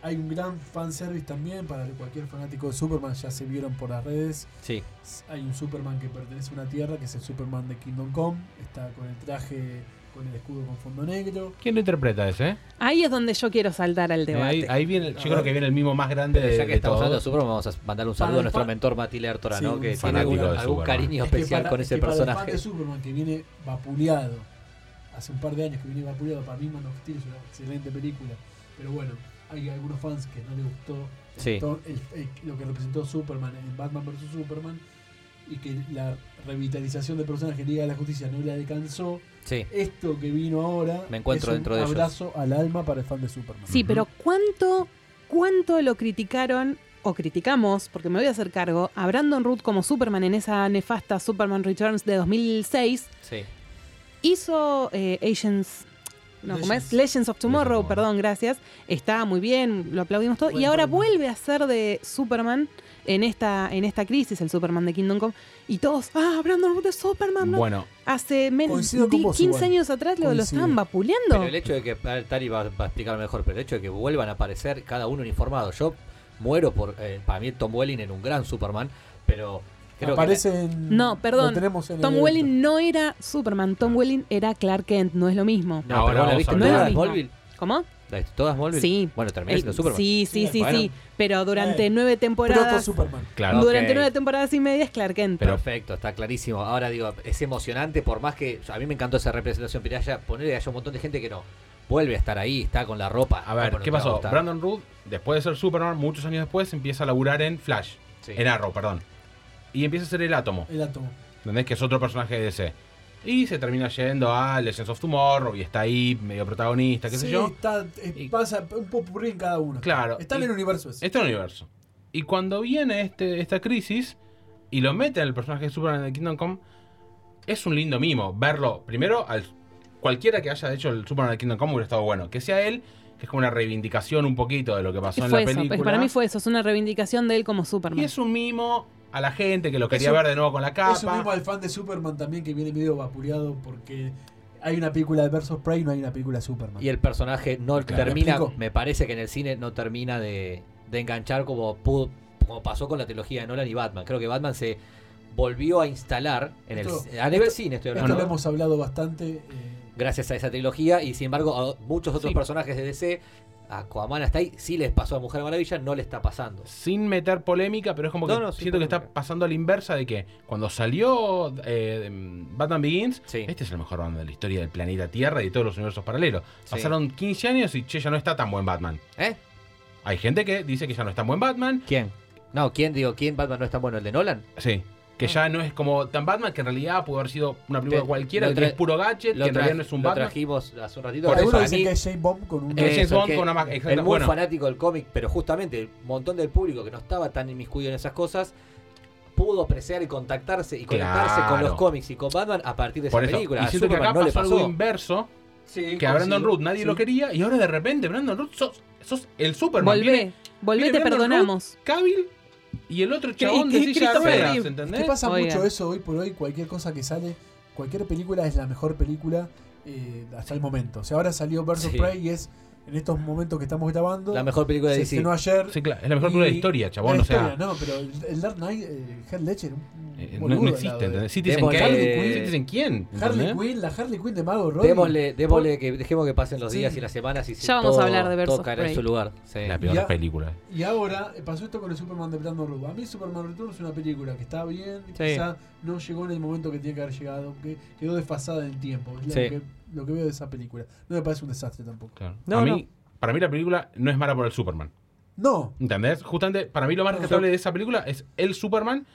D: hay un gran fanservice también para cualquier fanático de Superman, ya se vieron por las redes.
G: Sí.
D: Hay un Superman que pertenece a una tierra, que es el Superman de Kingdom Come, está con el traje, con el escudo con fondo negro.
F: ¿Quién lo interpreta ese? eh?
A: Ahí es donde yo quiero saltar
D: Eh,
A: al debate.
F: Ahí, ahí viene, yo
D: A
F: creo
D: ver.
F: que viene el mismo más grande Eh, de,
G: ya que
F: de
G: estamos hablando de
F: todos.
G: Superman, vamos a mandarle un
D: Para
G: saludo a
D: el
G: nuestro
D: fan-
G: mentor Mati Lertora,
D: Sí,
G: ¿no?
D: un
G: Que tiene
F: fanático
G: algún,
F: de
G: algún
F: Superman.
G: cariño
D: Es que
G: especial
D: para-
G: con
D: es
G: ese
D: que para el fan
G: personaje.
D: de Superman que viene vapuleado hace un par de años que viene vapuleado. Para mí Man of Steel es una excelente película. Pero bueno, hay algunos fans que no les gustó el
G: Sí.
D: to- el- el- lo que representó Superman en Batman vs. Superman. Y que la revitalización de personajes Liga de la Justicia no le alcanzó.
G: Sí.
D: Esto que vino ahora
G: Me encuentro
D: es
G: dentro
D: un
G: de ellos.
D: abrazo al alma para el fan de Superman.
A: Sí, pero ¿cuánto, ¿cuánto lo criticaron o criticamos, porque me voy a hacer cargo, a Brandon Root como Superman en esa nefasta Superman Returns de 2006?
G: Sí.
A: Hizo eh, Agents. No, ¿cómo es?
D: Legends.
A: Legends of Tomorrow,
F: Tomorrow.
A: perdón, gracias. Está muy bien, lo aplaudimos todo.
D: Buen
A: y ahora
D: trabajo.
A: vuelve a ser de Superman en esta, en esta crisis, el Superman de Kingdom Come. Y todos, ah, Brandon Root es Superman. ¿no?".
F: Bueno,
A: Hace menos
D: Coincido con vos
A: 15
D: igual.
A: años atrás lo, lo
D: Coincido.
A: estaban vapuleando.
G: Pero el hecho de que, a ver, Tari va, va a explicar mejor, pero el hecho de que vuelvan a aparecer cada uno uniformado. Yo muero por, eh, para mí Tom Welling en un gran Superman, pero creo
D: Aparece en-
A: No,
D: lo
A: perdón.
D: tenemos en el
A: Tom
D: evento.
A: Welling no era Superman. Tom Welling era Clark Kent. No es lo mismo.
G: que... la- No,
F: Ahora
G: pero vos la
F: vamos
G: viste
F: a
A: No es
G: toda
A: lo
F: hablar.
A: mismo.
G: Smallville.
A: ¿Cómo?
G: ¿La viste toda Smallville?
A: Sí.
G: Bueno, termina siendo
A: El-
G: Superman.
A: Sí, sí, sí,
G: Bueno.
A: sí. Pero durante
D: Eh,
A: nueve
D: Proto
A: temporadas.
D: Superman.
F: claro.
A: Durante
G: Ok.
A: nueve temporadas y media es Clark Kent.
F: Pero-
G: Perfecto, está clarísimo. Ahora digo, es emocionante, por más que a mí me encantó esa representación, pero haya, ponerle haya un montón de gente que no. Vuelve a estar ahí, está con la ropa.
F: A ver,
G: Ah, Bueno,
F: ¿qué
G: te va
F: pasó?
G: gustar.
F: Brandon Root, después de ser Superman, muchos años después, empieza a laburar en Flash.
G: Sí.
F: En Arrow, perdón. Y empieza a ser el átomo.
D: El átomo.
F: ¿Entendés? Que es otro personaje de DC. Y se termina yendo a Legends of Tomorrow y está ahí, medio protagonista, qué sé
D: Sí,
F: yo.
D: está- eh,
F: Y-
D: pasa un popurrí en cada uno.
F: Claro.
D: Está en
F: Y-
D: el universo ese.
F: Este es el universo. Y cuando viene este, esta crisis y lo meten el personaje de Superman de Kingdom Come, es un lindo mimo verlo. Primero, al cualquiera que haya hecho el Superman de Kingdom Come hubiera estado bueno. Que sea él, que es como una reivindicación un poquito de lo que pasó en
A: fue
F: la
A: eso.
F: película.
A: pues, para mí fue eso. Es una reivindicación de él como
F: Y
A: Superman.
F: es un mimo a la gente que lo
D: Es
F: quería
D: un-
F: ver de nuevo con la capa.
D: Eso mismo al fan de Superman también que viene medio vapuleado porque hay una película de Versus Prey y no hay una película de Superman.
G: Y el personaje no
F: Claro.
G: termina,
D: ¿Me explico?
G: me parece que en el cine no termina de, de enganchar como, pudo- como pasó con la trilogía de Nolan y Batman. Creo que Batman se volvió a instalar en el,
D: Esto-
G: a nivel cine, estoy
D: Esto
G: hablando.
D: lo
G: ¿no?
D: hemos hablado bastante. eh,
G: Gracias a esa trilogía y sin embargo a muchos otros
F: Sí.
G: personajes de DC, Aquaman hasta ahí, sí les pasó a Mujer Maravilla, no le está pasando.
F: sin meter polémica, pero es como que
G: No, no, sin
F: siento que está
G: polémica.
F: pasando a la inversa de que cuando salió eh, Batman Begins,
G: Sí.
F: este es el mejor Batman de la historia del planeta Tierra y de todos los universos paralelos. Pasaron 15 años y che, ya no está tan buen Batman.
G: ¿Eh?
F: Hay gente que dice que ya no es tan buen Batman,
G: ¿Quién? No, ¿quién digo? ¿Quién Batman no es tan bueno? ¿El de Nolan?
F: sí, que ya no es como tan Batman, que en realidad pudo haber sido una película
G: Ah. Te-
F: cualquiera,
G: lo
F: que
G: tra-
F: es puro gadget, que
G: Lo,
F: en realidad
G: tra-
F: no es un
G: lo
F: Batman.
G: trajimos hace un ratito.
F: Por eso,
D: Algunos
G: Para
D: dicen
G: mí-
D: que es James Bond con un.
F: Eh,
G: Eso,
F: James Bond
G: que
F: con una máscara,
G: el
F: exacto,
G: muy
F: bueno.
G: fanático del cómic, pero justamente el montón del público que no estaba tan inmiscuido en esas cosas pudo apreciar y contactarse y conectarse con
F: Claro.
G: los cómics y con Batman a partir de esa
F: Por eso,
G: película.
F: y
G: A
F: siento que
G: Superman
F: acá
G: no le
F: pasó algo
G: pasó.
F: inverso,
D: Sí,
F: que a Brandon Root nadie
D: Sí.
F: lo quería, y ahora de repente Brandon Root sos, sos el Superman.
A: volvé,
F: Viene-
A: volvé,
F: viene
A: te
F: Brandon
A: perdonamos.
F: Cavill y el otro chabón
A: y-
F: de
A: y
F: silla de
A: Christopher
F: ruedas,
A: Reeve.
F: ¿entendés?
D: Que pasa
A: Oigan.
D: mucho eso hoy por hoy, cualquier cosa que sale, cualquier película es la mejor película eh, hasta el momento. O sea, ahora salió Versus
G: Sí.
D: Prey y es en estos momentos que estamos grabando.
G: La mejor película de
D: se
G: DC.
D: estrenó ayer.
F: Sí, claro, es la mejor película de la
D: Y-
F: historia, chabón,
D: la
F: o sea,
D: historia, no, pero el, el Dark Knight, eh, Heath Ledger, un- un
F: eh, no,
D: boludo
F: no
D: al lado
F: existe,
D: de-
F: ¿entendés? Citizen
G: Démosle-
F: Kane, Citizen quién,
D: Harley
F: ¿entendés?
D: Quinn, la Harley Quinn de Mago Robbie.
G: Démosle, démosle que dejemos que pasen los
D: Sí.
G: días y las semanas y si
A: Ya vamos a
G: todo-
A: hablar de Birds
G: todo
A: of
G: caerá en
A: Prey.
G: su lugar. Sí.
F: La peor
D: Ya.
F: película.
D: Y ahora eh, pasó esto con el Superman de Brandon Root. A mí Superman Returns es una película que está bien, quizá no llegó en el momento que tenía que haber llegado, que quedó desfasada en el tiempo. Es
G: Sí.
D: lo, que, lo que veo de esa película. No me parece un desastre tampoco.
F: claro.
G: No,
F: a mí, Para mí la película no es mala por el Superman,
D: No,
F: ¿entendés? Justamente, para mí lo más rescatable de esa película es el Superman,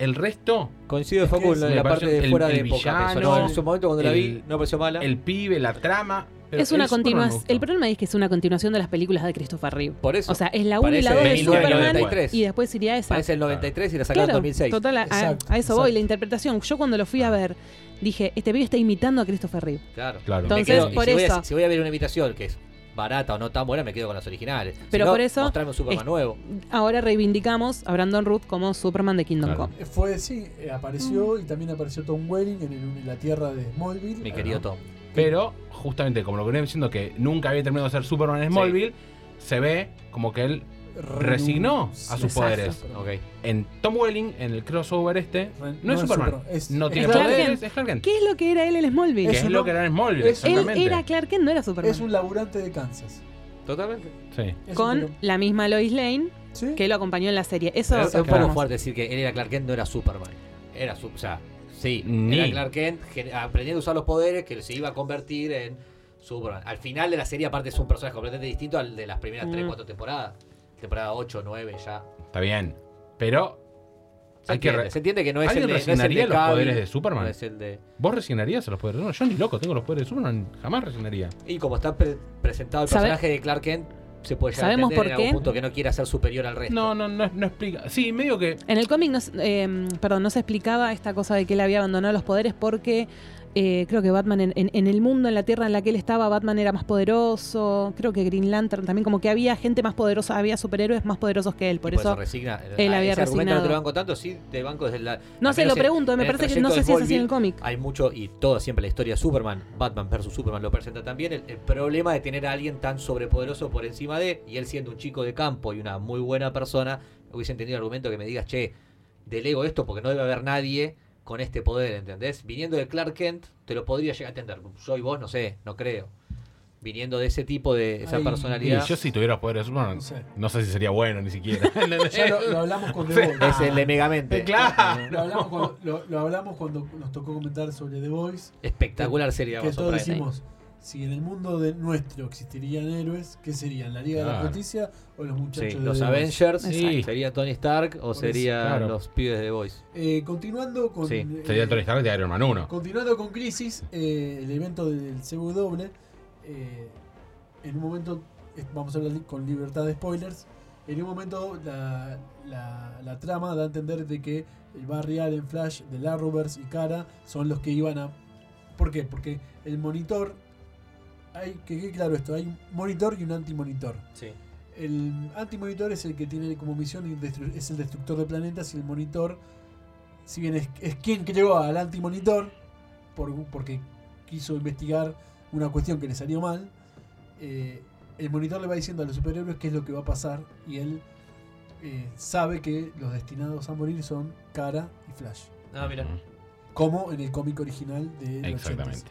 F: el resto,
G: Coincido,
D: que
G: Facu,
D: es-
G: en
F: me
G: la
F: parece
G: parte de
F: el-
G: fuera
F: el
G: de época. me sonó
F: villano,
G: en su momento cuando la vi,
F: el-
G: no pareció mala.
F: el pibe, la trama. pero
A: Es una
F: el Superman me
A: continuación.
F: gustó.
A: El problema es que es una continuación de las películas de Christopher Reeve.
G: Por eso.
A: O sea, es la 1 y
G: Parece
A: la 2 de Superman
G: 1993.
A: y después iría esa.
G: Parece el 93 y la sacaron en
A: Claro,
G: 2006.
A: Total, a, a-
D: Exacto,
A: a eso voy,
D: exacto.
A: la interpretación. Yo cuando lo
F: Ah.
A: fui a ver, dije, este pibe está imitando a Christopher Reeve.
G: Claro.
F: Claro.
G: Me
A: Entonces,
G: quedo- y
A: por
G: si voy a-
A: eso-
G: si voy a ver una invitación que es barata o no tan buena, me quedo con las originales. Si
A: Pero
G: no,
A: por eso-
G: Mostrame un Superman
A: es-
G: nuevo.
A: Ahora reivindicamos a Brandon Root como Superman de Kingdom
F: Claro.
A: Come.
D: eh, fue sí, eh, apareció y también apareció Tom Welling en, el- en la tierra de Smallville. Ah,
G: Mi querido Tom.
F: Pero, justamente, como lo que venía diciendo que nunca había terminado de ser Superman en Smallville, se ve como que él
D: Renu-
F: resignó a sus
D: Exacto.
F: poderes.
G: Ok.
F: en Tom Welling, en el crossover este,
D: Re-
F: no, es Superman. no tiene
A: Clark
F: poderes,
A: Kent.
F: es Clark Kent.
A: ¿Qué es lo que era él en
F: Que
A: Smallville?
F: es
D: Eso
F: lo
D: no-
F: que era en Smallville,
D: Eso-
A: él
F: exactamente.
A: era Clark Kent, no era Superman.
D: Es un laburante de Kansas.
G: Totalmente.
F: Sí.
D: Eso
A: Con
D: creo.
A: la misma Lois Lane
D: ¿Sí?
A: que lo acompañó en la serie. Eso
G: es un
A: vamos.
G: poco fuerte decir que él era Clark Kent, no era Superman. Era su- o sea, Sí,
F: Ni.
G: era Clark Kent gen- aprendiendo a usar los poderes que se iba a convertir en Superman. Al final de la serie, aparte, es un personaje completamente distinto al de las primeras
A: Mm.
G: 3, 4 temporadas. Temporada 8, 9 ya.
F: Está bien. Pero.
G: Se,
F: hay que
G: entiende,
F: re-
G: se entiende que no es el
F: ¿Alguien
G: de, no es el
F: resignaría
G: de
F: los
G: Cable,
F: poderes de Superman?
G: no es el de-
F: ¿Vos resignarías a los poderes? No, yo ni loco tengo los poderes de Superman. Jamás resignaría.
G: Y como está pre- presentado el
A: ¿Sabe-
G: personaje de Clark Kent, se puede llegar
A: ¿Sabemos
G: a entender
A: por
G: en
A: qué?
G: algún punto que no quiera ser superior al resto.
F: No, no, no, no explica. Sí, medio que.
A: En el cómic, no, se- eh, perdón, no se explicaba esta cosa de que él había abandonado los poderes porque eh, creo que Batman en, en- en el mundo, en la tierra en la que él estaba, Batman era más poderoso. Creo que Green Lantern también, como que había gente más poderosa, había superhéroes más poderosos que él.
G: Y
A: Por eso,
G: resigna.
A: él
G: A
A: había
G: ese argumento no
A: resignado.
G: te lo banco tanto, sí, te banco desde la.
A: no
G: al
A: sé,
G: menos
A: lo
G: en-
A: pregunto, me
G: en el
A: parece que no sé
G: trayecto
A: si
G: de
A: es así en el
G: Smallville,
A: cómic.
G: Hay mucho, y todo siempre la historia de Superman, Batman versus Superman lo presenta también, el, el problema de tener a alguien tan sobrepoderoso por encima de, y él siendo un chico de campo y una muy buena persona, hubiese entendido el argumento que me digas, che, delego esto porque no debe haber nadie con este poder, ¿entendés? Viniendo de Clark Kent, te lo podría llegar a entender. Soy vos, no sé, no creo. Viniendo de ese tipo de esa
D: Ay,
F: Y
G: personalidad.
F: yo si tuviera los poderes de Superman,
D: No sé.
F: no sé si sería bueno ni siquiera.
D: Ya lo, lo hablamos con The
F: Sí.
D: Voice.
G: Es el de
F: eh,
G: Megamente.
F: claro.
D: Lo hablamos, cuando, lo- lo hablamos cuando nos tocó comentar sobre The Voice.
G: Espectacular sería
D: Que
G: Amazon
D: todos
G: Prime.
D: decimos, si en el mundo de nuestro existirían héroes, ¿qué serían? ¿La Liga de
F: Claro.
D: la Justicia o los
G: Sí,
D: muchachos de
G: los
D: The Voice?
G: Avengers,
F: Sí.
G: sería Tony Stark o
D: eso,
G: serían
F: claro.
G: los pibes de The Voice.
D: Eh, continuando con...
G: Sí,
D: eh,
F: sería Tony Stark de Iron Man 1.
D: Continuando con Crisis, eh, el evento del CW, eh, en un momento, eh, vamos a hablar li- con libertad de spoilers, en un momento la, la- la trama da a entender de que el Barry Allen, Flash, de Arrowverse y Cara son los que iban a... ¿Por qué? Porque el monitor... Hay que quede claro esto, hay un monitor y un antimonitor.
E: Sí.
D: El antimonitor es el que tiene como misión y destru- es el destructor de planetas y el monitor, si bien es, es quien creó al antimonitor, por, porque quiso investigar una cuestión que le salió mal, eh, el monitor le va diciendo a los superhéroes qué es lo que va a pasar y él eh, sabe que los destinados a morir son Cara y Flash,
G: Ah, mira.
F: Mm.
D: como en el cómic original de...
F: Exactamente.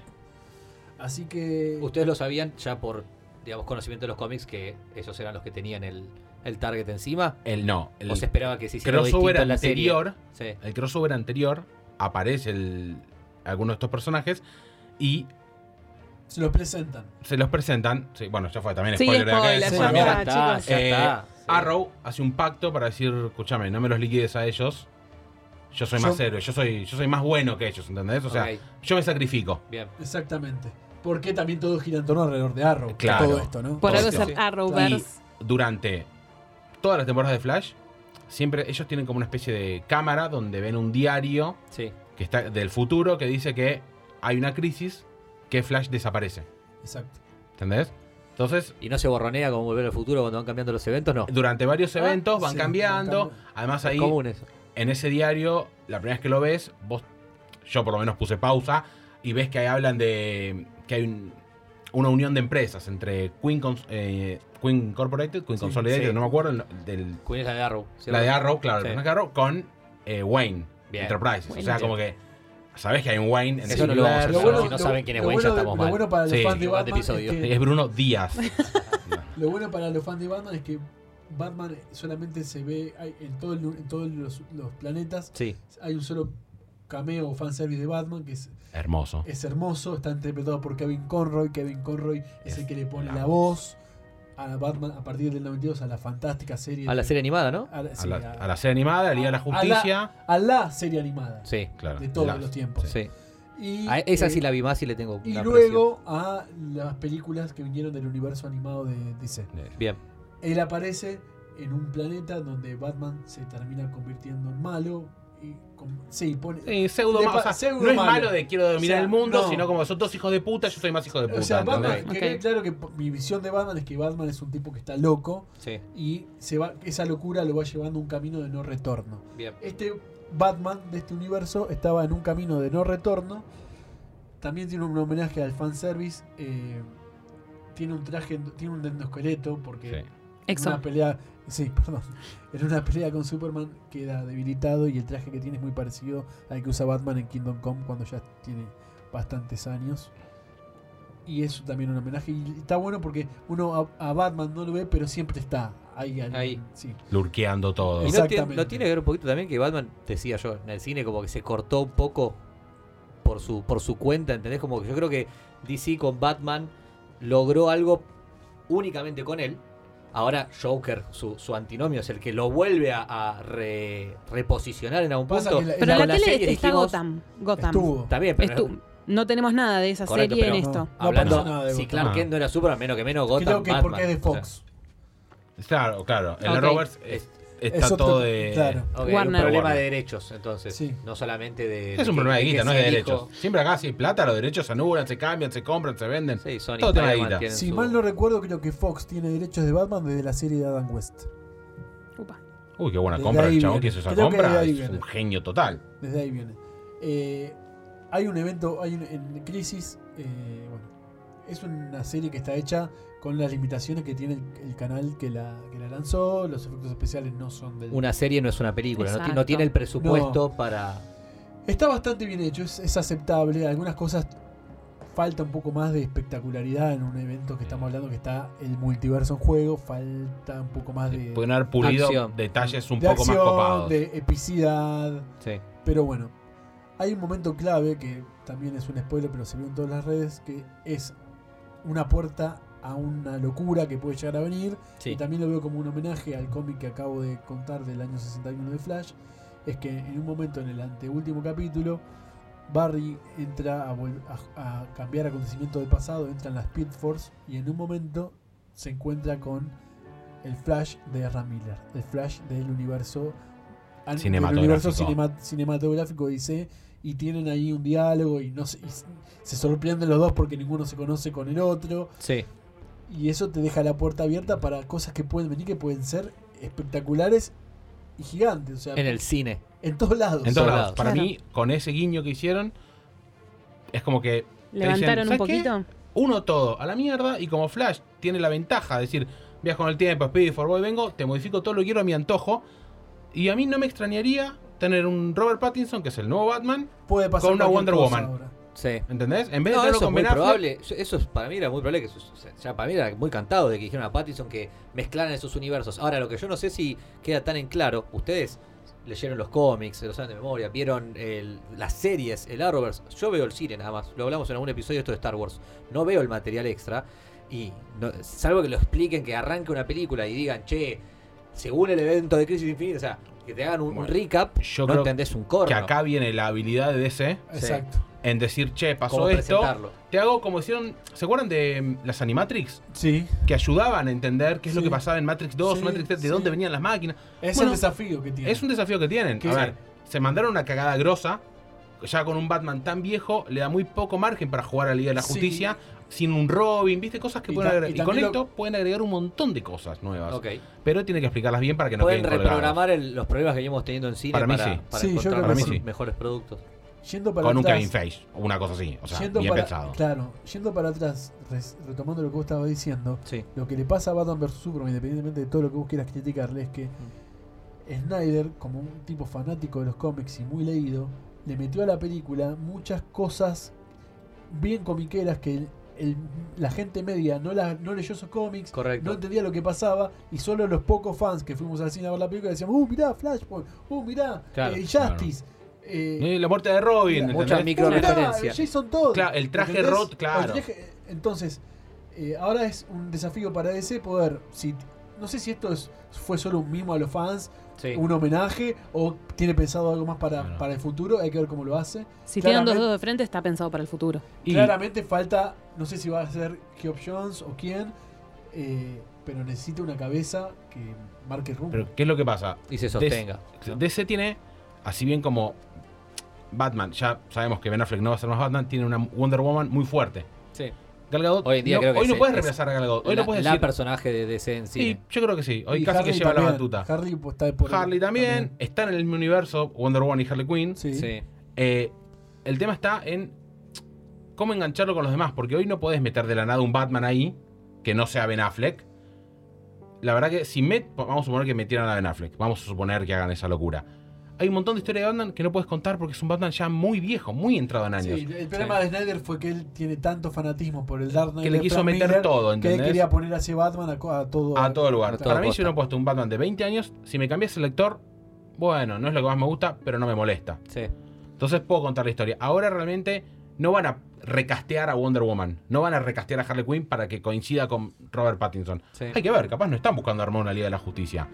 D: Así que...
G: Ustedes lo sabían ya por, digamos, conocimiento de los cómics que esos eran los que tenían el, el target encima.
F: El no. El
G: o se esperaba que se hiciera algo
F: crossover
G: distinto en la serie.
F: anterior.
G: Sí.
F: El crossover anterior aparece el, alguno de estos personajes y
D: se los presentan.
F: se los presentan. sí, bueno, ya fue también
A: Sí,
F: spoiler de acá,
A: spoiler,
F: es
A: ya
F: una
A: está,
F: mierda.
A: chicos.
G: ya
F: Eh,
G: Ah, está. Sí.
F: Arrow hace un pacto para decir, escúchame, no me los liquides a ellos. Yo soy
D: Yo-
F: más héroe, yo soy, yo soy más bueno que ellos, ¿entendés? O sea,
G: Ok,
F: yo me sacrifico.
G: bien.
D: Exactamente. Porque también todo gira en torno alrededor de Arrow.
F: Claro.
D: Todo esto, ¿no?
A: Por algo es
F: Hostia.
A: el Arrowverse.
F: Y durante todas las temporadas de Flash, siempre ellos tienen como una especie de cámara donde ven un diario
G: Sí.
F: que está del futuro que dice que hay una crisis que Flash desaparece.
D: Exacto.
F: ¿Entendés? Entonces,
G: Y no se borronea como volver al futuro cuando van cambiando los eventos, no.
F: durante varios eventos van
D: sí,
F: cambiando.
D: van cambiando.
F: Además,
G: Es
F: ahí
G: común eso.
F: en ese diario, la primera vez que lo ves, vos, yo por lo menos puse pausa y ves que ahí hablan de que hay un- una unión de empresas entre Queen, Cons- eh, Queen Corporated, Queen
D: Sí,
F: Consolidated,
G: sí.
F: no me acuerdo, el- del
G: Queen es la de Arrow. ¿cierto?
F: La de Arrow, claro, el
G: Sí.
F: personaje de Arrow con eh, Wayne
G: Bien.
F: Enterprises.
G: Wayne,
F: o sea, como que sabés que hay un Wayne en
G: Eso
F: el
G: no lo vamos a
F: universo.
G: hacer, si no saben quién es Wayne, ya
D: de-
G: estamos
D: lo
G: mal.
D: bueno para los
F: Sí.
D: fans de
G: Igual
D: Batman.
G: episodio.
D: es que-
F: Es Bruno Díaz.
D: lo bueno para los fans de Batman es que Batman solamente se ve hay- en todo el- en todos los, los planetas.
G: Sí.
D: Hay un solo cameo o fanservice de Batman que es,
F: Hermoso.
D: es hermoso. Está interpretado por Kevin Conroy. Kevin Conroy es,
F: Es
D: el que le pone
F: la
D: la voz a Batman a partir del 92 a la fantástica serie.
G: A la
D: de-
G: serie animada, ¿no?
D: a la-
F: A
D: sí,
F: la,
D: a-
F: a la serie animada, la Liga de la
D: a la-
F: Justicia.
D: a la serie animada
G: Sí.
F: Claro.
D: de todos
F: la-
D: los tiempos.
G: Sí.
D: Y,
G: A Ah, esa
D: eh,
G: sí la vi más y le tengo.
D: Y
G: una
D: luego a las películas que vinieron del universo animado de DC.
G: apreciación. Bien.
D: Él aparece en un planeta donde Batman se termina convirtiendo en malo. Y con- sí, pone.
F: Sí, pseudo
D: Le
F: ma- o
D: pa-
F: sea,
D: pseudo
F: no es
D: malo.
F: malo de quiero dominar
D: O sea,
F: el mundo,
D: no.
F: sino como son dos hijos de puta, yo soy más hijo de puta.
D: o sea, Batman,
F: ¿entendés?
D: que
A: Ok.
D: quede claro que p- mi visión de Batman es que Batman es un tipo que está loco
G: Sí.
D: y se va, esa locura lo va llevando a un camino de no retorno.
G: Bien.
D: Este Batman de este universo estaba en un camino de no retorno. También tiene un homenaje al fanservice. eh, tiene un traje, tiene un endosqueleto porque
F: Sí.
D: en
A: Exo.
D: una pelea, sí, perdón, en una pelea con Superman queda debilitado y el traje que tiene es muy parecido al que usa Batman en Kingdom Come cuando ya tiene bastantes años. Y eso también un homenaje. Y está bueno porque uno a, a Batman no lo ve, pero siempre está ahí. alguien,
G: Ahí.
D: sí.
F: Lurqueando todo.
G: Y no,
D: Exactamente.
G: tiene, no tiene que ver un poquito también que Batman, decía yo, en el cine como que se cortó un poco por su, por su cuenta, ¿entendés? Como que yo creo que DC con Batman logró algo únicamente con él. Ahora Joker, su, su antinomio, es el que lo vuelve a, a re- reposicionar en algún
D: Pasa
G: punto.
D: que la-
A: Pero en
D: Con
A: la,
G: las
A: tele
G: series
A: está
G: dijimos-
A: Gotham. Gotham.
D: Estuvo.
G: Está bien, pero
A: Estu- no tenemos nada de esa
G: Correcto,
A: serie en
G: pero-
A: esto.
D: No
G: hablando,
D: pasó nada de
G: si
D: Gotham.
G: Clark Kent no era Superman, menos que menos Gotham
D: Creo que
G: Batman.
D: porque es de
G: O sea,
D: Fox.
F: Claro, claro. El de
A: Ok.
F: Roberts es- está
D: Es otro-
F: todo de.
D: claro.
G: ok, hay un
A: Warner.
G: problema
F: Warner.
G: de derechos, entonces.
D: Sí.
G: No solamente de.
F: Es un
G: que-
F: problema de guita,
G: que
F: no es de
G: si el hijo-
F: derechos. Siempre acá, si hay plata, los derechos se anulan, se cambian, se compran, se venden.
G: Sí, Sony.
F: Todo tema de
G: Spider-Man
F: guita.
G: tienen
D: Si
G: su-
D: mal no recuerdo, creo que Fox tiene derechos de Batman desde la serie de Adam West.
A: Upa.
F: Uy, qué buena
D: De
F: compra.
D: ahí
F: El chabón que
D: viene.
F: hizo esa
D: Creo que de
F: compra
D: ahí
F: es
D: viene.
F: un genio total.
D: Desde ahí viene. Eh, hay un evento, hay un, en Crisis, eh, bueno, es una serie que está hecha con las limitaciones que tiene el, el canal que la, que la lanzó, los efectos especiales no son del...
G: Una serie no es una película, no, ti- no
A: Exacto.
G: tiene el presupuesto para.
D: Está bastante bien hecho, es, es aceptable, algunas cosas falta un poco más de espectacularidad en un evento que estamos hablando que está el multiverso en juego, falta un poco más de...
F: Pueden haber pulido
G: Acción.
F: detalles un
D: de
F: poco más copados.
D: de epicidad.
G: Sí.
D: Pero bueno, hay un momento clave que también es un spoiler, pero se vio en todas las redes, que es una puerta a una locura que puede llegar a venir. Y también lo veo como un homenaje al cómic que acabo de contar del año 61 de Flash. Es que en un momento, en el anteúltimo capítulo, Barry entra a, vol- a- a cambiar acontecimientos del pasado, entra en la Speed Force y en un momento se encuentra con el Flash de Ezra Miller, el Flash del universo an- del
F: Cinematográfico.
D: universo cinema- cinematográfico dice y tienen ahí un diálogo y no se, y s- se sorprenden los dos porque ninguno se conoce con el otro
G: Sí.
D: y eso te deja la puerta abierta para cosas que pueden venir que pueden ser espectaculares y gigantes, o sea,
G: En el cine.
D: en todos lados.
F: En todos
G: Soldados.
F: lados. Para
A: Claro.
F: mí, con ese guiño que hicieron, es como que te dicen,
A: Levantaron un
F: "¿Sabes qué?
A: poquito.
F: Uno todo a la mierda y como Flash tiene la ventaja de decir, viajo con el tiempo, Speed, for Boy, vengo, te modifico todo lo que quiero a mi antojo. Y a mí no me extrañaría tener un Robert Pattinson, que es el nuevo Batman,
D: Puede pasar
F: Con una
D: cualquier
F: Wonder
D: cosa
F: Woman.
D: ahora.
G: Sí.
F: ¿entendés? En vez de
G: No,
F: tenerlo
G: eso es
F: con
G: muy
F: Ben Affleck,
G: probable. Yo- Eso es- para mí era muy probable que eso- o sea, ya para mí era muy cantado de que dijeron a Pattinson que mezclaran esos universos. Ahora, lo que yo no sé si queda tan en claro, ustedes leyeron los cómics, se los saben de memoria, vieron el- las series, el Arrowverse. Yo veo el cine nada más. Lo hablamos en algún episodio esto de Star Wars. No veo el material extra y no- salvo que lo expliquen, que arranque una película y digan, "Che, según el evento de Crisis Infinita", o sea, que te hagan un, un
F: Bueno,
G: recap,
F: yo
G: no
F: creo
G: entendés un corno.
F: que acá viene la habilidad de DC
D: Exacto.
F: en decir, che, pasó
G: cómo
F: esto.
G: presentarlo.
F: Te hago como hicieron, ¿se acuerdan de mm, las Animatrix?
D: Sí.
F: Que ayudaban a entender qué es lo
D: Sí.
F: que pasaba en Matrix 2,
D: Sí,
F: Matrix 3, de
D: sí.
F: dónde venían las máquinas.
D: Es
F: Bueno,
D: el desafío que tiene.
F: Es un desafío que tienen.
D: ¿Qué?
F: A ver, se mandaron una cagada grosa. Ya con un Batman tan viejo, le da muy poco margen para jugar a la Liga de la
D: Sí.
F: Justicia. Sin un Robin, ¿viste? Cosas que
D: Y
F: pueden
D: ta-
F: agregar.
D: y
F: Y, con
D: también
F: esto
D: lo-
F: pueden agregar un montón de cosas nuevas.
G: Ok.
F: Pero tiene que explicarlas bien para que no
G: Pueden
F: queden colgadas.
G: reprogramar el- los problemas que llevamos teniendo en cine para,
F: Para mí sí.
G: para
D: Sí, yo
G: encontrar
D: creo
F: que
G: mejor-
F: sí.
G: mejores productos.
D: Yendo para
F: Con un
D: atrás,
F: Kevin Feige o una cosa así. O sea,
D: yendo
F: bien
D: para-
F: pensado.
D: Claro, yendo para atrás, res- retomando lo que vos estabas diciendo,
G: Sí.
D: lo que le pasa a Batman vs Superman, independientemente de todo lo que vos quieras criticarle, es que Snyder, como un tipo fanático de los cómics y muy leído, le metió a la película muchas cosas bien comiqueras que el- el- la gente media no, la, no leyó esos cómics, no
G: Correcto.
D: entendía lo que pasaba y solo los pocos fans que fuimos al cine a ver la película decíamos, uh, mirá, Flashpoint, uh, mirá,
G: Claro,
D: eh, Justice. eh,
F: Eh, la muerte de Robin.
D: Muchas
F: ¿entendés?
G: micro-
D: Mirá,
G: referencia.
D: Jason Todd.
F: Claro, el traje
D: ¿Entendés?
F: Rod, claro.
D: El traje- entonces, eh, ahora es un desafío para DC poder. Si, no sé si esto es, fue solo un mimo a los fans,
G: Sí.
D: un homenaje, o tiene pensado algo más para,
F: Claro.
D: para el futuro. Hay que ver cómo lo hace.
A: Si tienen
D: Claramente-
A: dos dedos de frente, está pensado para el futuro.
F: Y-
D: Claramente falta, no sé si va a ser Geoff Jones o quién, eh, pero necesita una cabeza que marque el rumbo.
F: Pero, ¿qué es lo que pasa?
G: Y se sostenga. ¿no?
F: DC tiene, así bien como Batman, ya sabemos que Ben Affleck no va a ser más Batman, tiene una Wonder Woman muy fuerte.
G: Sí.
F: Gal Gadot,
G: Hoy en día
F: no,
G: creo que
F: hoy no
G: sí,
F: puedes
G: es
F: reemplazar a Gal Gadot. Hoy
G: la,
F: no puedes
G: la
F: decir.
G: personaje de DC en
F: Sí,
G: cine.
F: yo creo que sí. Hoy
D: Y
F: casi
D: Harley
F: que lleva la
D: también.
F: batuta.
D: Harley pues, está por ahí
F: Harley también, están en el mismo universo, Wonder Woman y Harley Quinn.
D: Sí.
G: Sí.
F: Eh, el tema está en cómo engancharlo con los demás, porque hoy no podés meter de la nada un Batman ahí que no sea Ben Affleck. La verdad que si met, vamos a suponer que metieran a Ben Affleck, vamos a suponer que hagan esa locura. Hay un montón de historia de Batman que no puedes contar porque es un Batman ya muy viejo, muy entrado en años.
D: Sí, el problema de Snyder fue que él tiene tanto fanatismo por el Dark Knight.
F: Que le
D: de
F: quiso
D: Frank
F: meter
D: Miller,
F: todo,
D: Que él
F: ¿entendés?
D: quería poner así Batman a, co- a todo.
F: a todo lugar.
G: a todo
F: Para mí,
G: costa.
F: si uno puesto un Batman de 20 años, si me cambias el lector, bueno, no es lo que más me gusta, pero no me molesta.
G: Sí.
F: Entonces puedo contar la historia. Ahora realmente no van a recastear a Wonder Woman. No van a recastear a Harley Quinn para que coincida con Robert Pattinson.
G: Sí.
F: Hay que ver, capaz no están buscando armar una Liga de la Justicia.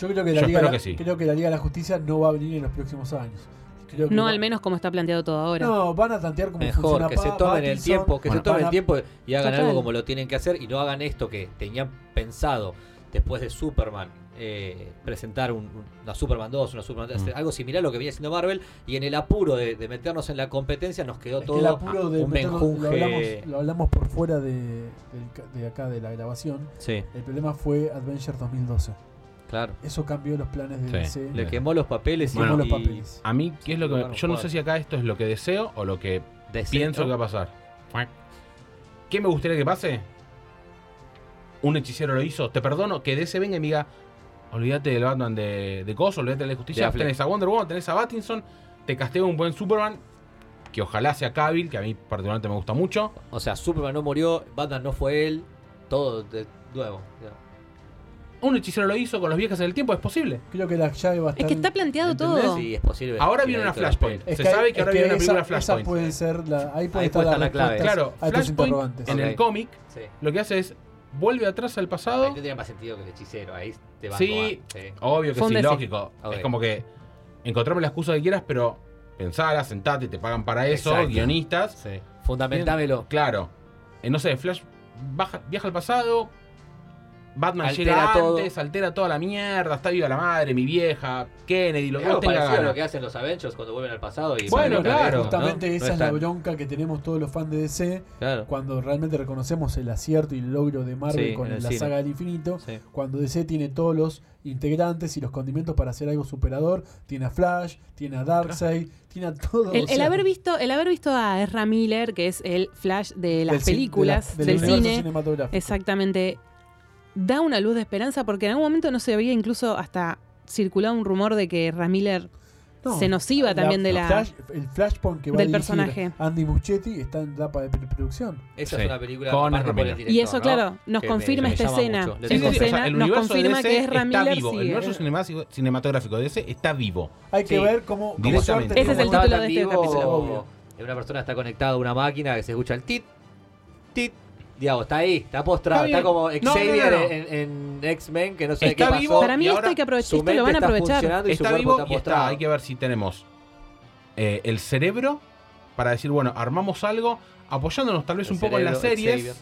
D: Yo creo que la,
F: Yo
D: Liga,
F: espero
D: la-
F: que sí.
D: creo que la Liga de la Justicia no va a venir en los próximos años. Creo que
A: No
D: va-
A: al menos como está planteado todo ahora.
D: No, van a tantear como
G: Mejor, que se tomen el tiempo, que se tomen el tiempo y hagan
A: Total.
G: algo como lo tienen que hacer y no hagan esto que tenían pensado después de Superman. eh, presentar un- un- una Superman 2, una Superman 3,
F: Mm.
G: algo similar a lo que viene haciendo Marvel y en el apuro de, de meternos en la competencia nos quedó
D: todo
G: todo
D: el apuro
G: ah,
D: de
G: un
D: meterlo- lo,
G: menjunje.
D: hablamos, lo hablamos por fuera de, del ca- de acá de la grabación.
G: Sí,
D: El problema fue Adventure 2012.
G: claro.
D: Eso cambió los planes de
F: Sí.
D: DC.
G: Le quemó los papeles y-
D: Quemó
F: Bueno,
D: los
G: y
D: papeles.
F: A mí, ¿qué es lo que me-
G: Bueno,
F: Yo no
G: joder.
F: sé si acá esto es lo que deseo o lo que
G: deseo.
F: pienso que va a pasar. ¿Qué me gustaría que pase? Un hechicero lo hizo. Te perdono que DC venga y me diga: Olvídate del Batman de, de Coso, olvídate de la
G: De
F: justicia.
G: Affleck.
F: tenés a Wonder Woman, tenés a Battinson, te casteo un buen Superman. Que ojalá sea Cavill, que a mí particularmente me gusta mucho.
G: O sea, Superman no murió, Batman no fue él, todo de nuevo.
F: Un hechicero lo hizo con los viajes en el tiempo, es posible.
D: Creo que la llave va a estar.
A: es que está planteado
F: ¿Entendés?
A: todo.
G: Sí, es posible.
F: Ahora
G: Mira,
F: viene
G: ahí
F: una
G: te lo
F: Flashpoint.
D: Es
F: Se
D: que-
F: sabe
D: es
F: que ahora viene una
D: esa-
F: película
D: Esa
F: Flashpoint.
D: puede ser la, ahí puede
G: Ahí
D: estar
G: puede
D: la,
G: estar la clave.
D: respuesta
F: Claro,
D: a estos
F: Flashpoint
D: interrogantes.
F: en el
G: Ok.
F: cómic
G: pego. Sí.
F: lo que hace es vuelve atrás al
G: Ahí
F: pasado.
G: tendría más sentido que el hechicero, ahí te va
F: Sí, obvio que
A: Fue un
F: sí,
A: decir.
F: lógico.
G: Ok.
F: Es como que encontrame la excusa que quieras, pero pensala, sentate, te pagan para eso,
G: Exacto.
F: guionistas.
G: Sí. Fundamentámelo.
F: Claro. Eh, no sé, Flash baja- viaja al pasado. Batman
G: Altera
F: llega
G: todo.
F: antes, altera toda la mierda, está viva la madre, mi vieja, Kennedy, lo
G: Es
F: que vos
G: algo
F: tengas
G: parecido a lo
F: ganas.
G: que hacen los Avengers cuando vuelven al pasado. Y
F: Bueno,
G: Marvel
F: claro.
G: también, ¿no?
D: Justamente
G: No
D: esa es
G: están-
D: la bronca que tenemos todos los fans de DC
G: Claro.
D: cuando realmente reconocemos el acierto y el logro de Marvel
G: Sí,
D: con
G: en el
D: la
G: cine.
D: saga del infinito.
G: Sí.
D: Cuando DC tiene todos los integrantes y los condimentos para hacer algo superador, tiene a Flash, tiene a Darkseid, tiene a todos.
A: El,
D: o
A: el
D: sea,
A: haber visto, el haber visto a Ezra Miller, que es el flash de las
D: del cin-
A: películas,
D: de la-
A: del
D: universo
A: cine,
D: cinematográfico.
A: exactamente, da una luz de esperanza porque en algún momento no se había incluso hasta circulado un rumor de que Ezra Miller
D: No,
A: se nos iba también de la...
D: Flash- el flashpoint que va
A: del
D: a dirigir
A: personaje.
D: Andy Muschietti está en etapa de pre- producción.
G: Esa
F: Sí.
G: es una película
F: Con
G: aparte por
F: Ramírez.
G: el director,
A: Y eso,
G: ¿no?
A: claro, nos
G: Que me-
A: confirma
G: me
A: esta
G: llama
A: escena.
G: mucho. Le
A: Esta
G: tengo-
F: o sea,
A: escena
F: el
A: nos
F: universo de
A: confirma
F: DC
A: que es
F: está
A: Ramírez.
F: vivo. El universo cinemasi- cinematográfico de DC está vivo.
D: Hay que
G: Sí.
D: ver cómo. cómo
F: Directamente.
D: suerte-
A: Ese es el título
D: cómo-
G: Estaba
A: de
G: tan
A: este
G: vivo,
A: capítulo.
G: obvio. que Una persona está conectada a una máquina que se escucha el tit, tit. Digamos, está ahí, está postrado,
F: Está
G: está,
F: bien.
G: como
F: No,
G: Xavier
F: no, no, no.
G: en, en X-Men que no sé
F: Está
G: qué pasó.
F: vivo,
A: Para mí
F: Y
A: esto
F: ahora
A: hay que aprovechar,
G: Su
A: esto lo
G: mente
A: van a
G: está
A: aprovechar.
G: funcionando y su
F: está
G: cuerpo
F: vivo
G: está
F: y
G: postrado.
F: está. Hay que ver si tenemos eh, el cerebro para decir, bueno, armamos algo, apoyándonos tal vez
G: El
F: un poco en las
G: cerebro,
F: series.
G: Xavier.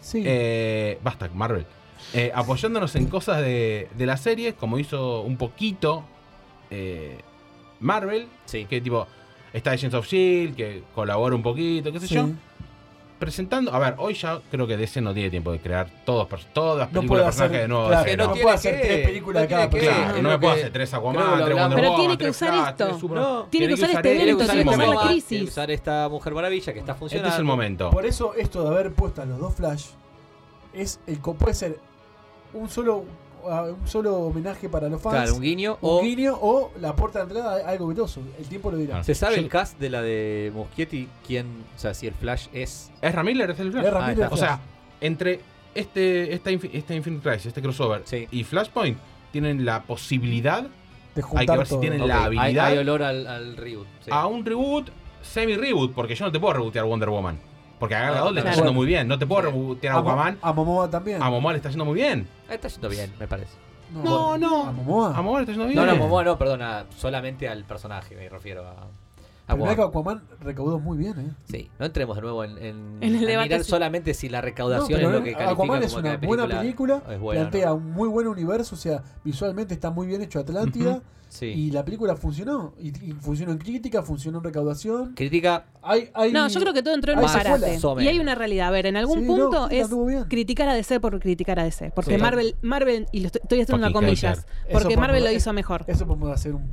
D: Sí.
F: eh, basta, Marvel. Eh, apoyándonos en cosas de, de las series, como hizo un poquito eh, Marvel,
G: Sí.
F: que tipo está Agents of Shield, E que colabora un poquito, qué sé
D: Sí.
F: yo. Presentando, a ver, hoy ya creo que DC no tiene tiempo de crear todos, pers- todas las
D: No puede
F: películas de
D: hacer.
F: personajes de nuevo. de
D: claro,
F: cero.
G: no
D: no
G: tiene
D: puede hacer
G: que-
D: tres películas
G: no
D: de cada
G: tiene que-
D: persona.
F: Claro,
G: creo
F: no me puedo
G: que-
F: hacer tres
G: creo que
F: Aquaman,
G: lo
F: tres
G: hablamos.
F: Wonder
A: Pero
F: Woman,
A: tiene que
F: tres
A: usar
F: Flash,
A: esto.
F: tres Superman.
G: No.
A: Tiene que usar este
G: Tiene que
A: evento,
G: usar
A: tiene que
G: este
A: usar la
G: momento,
A: crisis.
G: tiene que usar esta Mujer Maravilla que está
F: Este
G: funcionando.
F: es el momento.
D: Por eso esto de haber puesto a los dos Flash es el co- puede ser un solo a- un solo homenaje para los fans,
G: Claro, un guiño
D: un
G: o
D: guiño o la puerta de entrada a algo veloso. El tiempo lo dirá.
F: Ah.
G: ¿Se sabe
F: Yo-
G: el cast de la de Muschietti? ¿Quién? O sea, si el Flash es.
F: ¿Es Ramírez? ¿Es el Flash?
D: Es Ramírez
G: Ah, está.
D: Flash.
F: O sea, entre este, esta, infi- este Infinite Crisis, este crossover
G: Sí.
F: y Flashpoint, tienen la posibilidad
D: de
F: hay que ver si
D: todo.
F: tienen
G: Ok,
F: la
G: hay-
F: habilidad Ah.
G: Hay, olor al, al reboot. sí.
F: a un reboot, semi-reboot, porque yo no te puedo rebootear Wonder Woman. Porque a Gal Gadot le está
G: claro.
F: yendo muy bien. No te puedo
G: Sí.
F: rebootear a
D: a, Mo-
F: Aquaman.
D: a Momoa también.
F: A Momoa le está yendo muy bien.
G: Ah, Está yendo bien, me parece.
F: No, no.
D: A Momoa.
F: A Momoa le está yendo bien.
G: No, no, Momoa no, perdona. Solamente al personaje me refiero a. a
D: Pero mirá que
G: Wong.
D: Aquaman recaudó muy bien, eh.
G: Sí, no entremos de nuevo en, en,
A: En el
G: a
A: debate,
G: mirar
A: sí.
G: solamente si la recaudación
D: No,
G: es
D: pero
G: lo que califica
D: Aquaman
G: como
D: es
G: que
D: una
G: la
D: buena película,
G: es buena,
D: plantea
G: ¿no?
D: un muy buen universo, o sea, visualmente está muy bien hecho Atlántida
G: Sí.
D: y la película funcionó. Y, y funcionó en crítica, funcionó en recaudación.
G: Crítica.
D: Hay, hay-
A: No, yo creo que todo entró en
D: Hay
A: un
D: secuelas.
A: parate.
G: Más o menos.
A: Y hay una realidad. A ver, en algún
D: Sí, no,
A: punto
D: sí,
A: es
D: anduvo bien.
A: criticar a DC por criticar a DC. Porque
G: Sí.
A: Marvel, Marvel, y lo estoy, estoy haciendo una
F: Fucking
A: comillas,
D: hater.
A: porque
D: Eso
A: Marvel
D: por-
A: lo hizo mejor.
D: Eso podemos hacer un,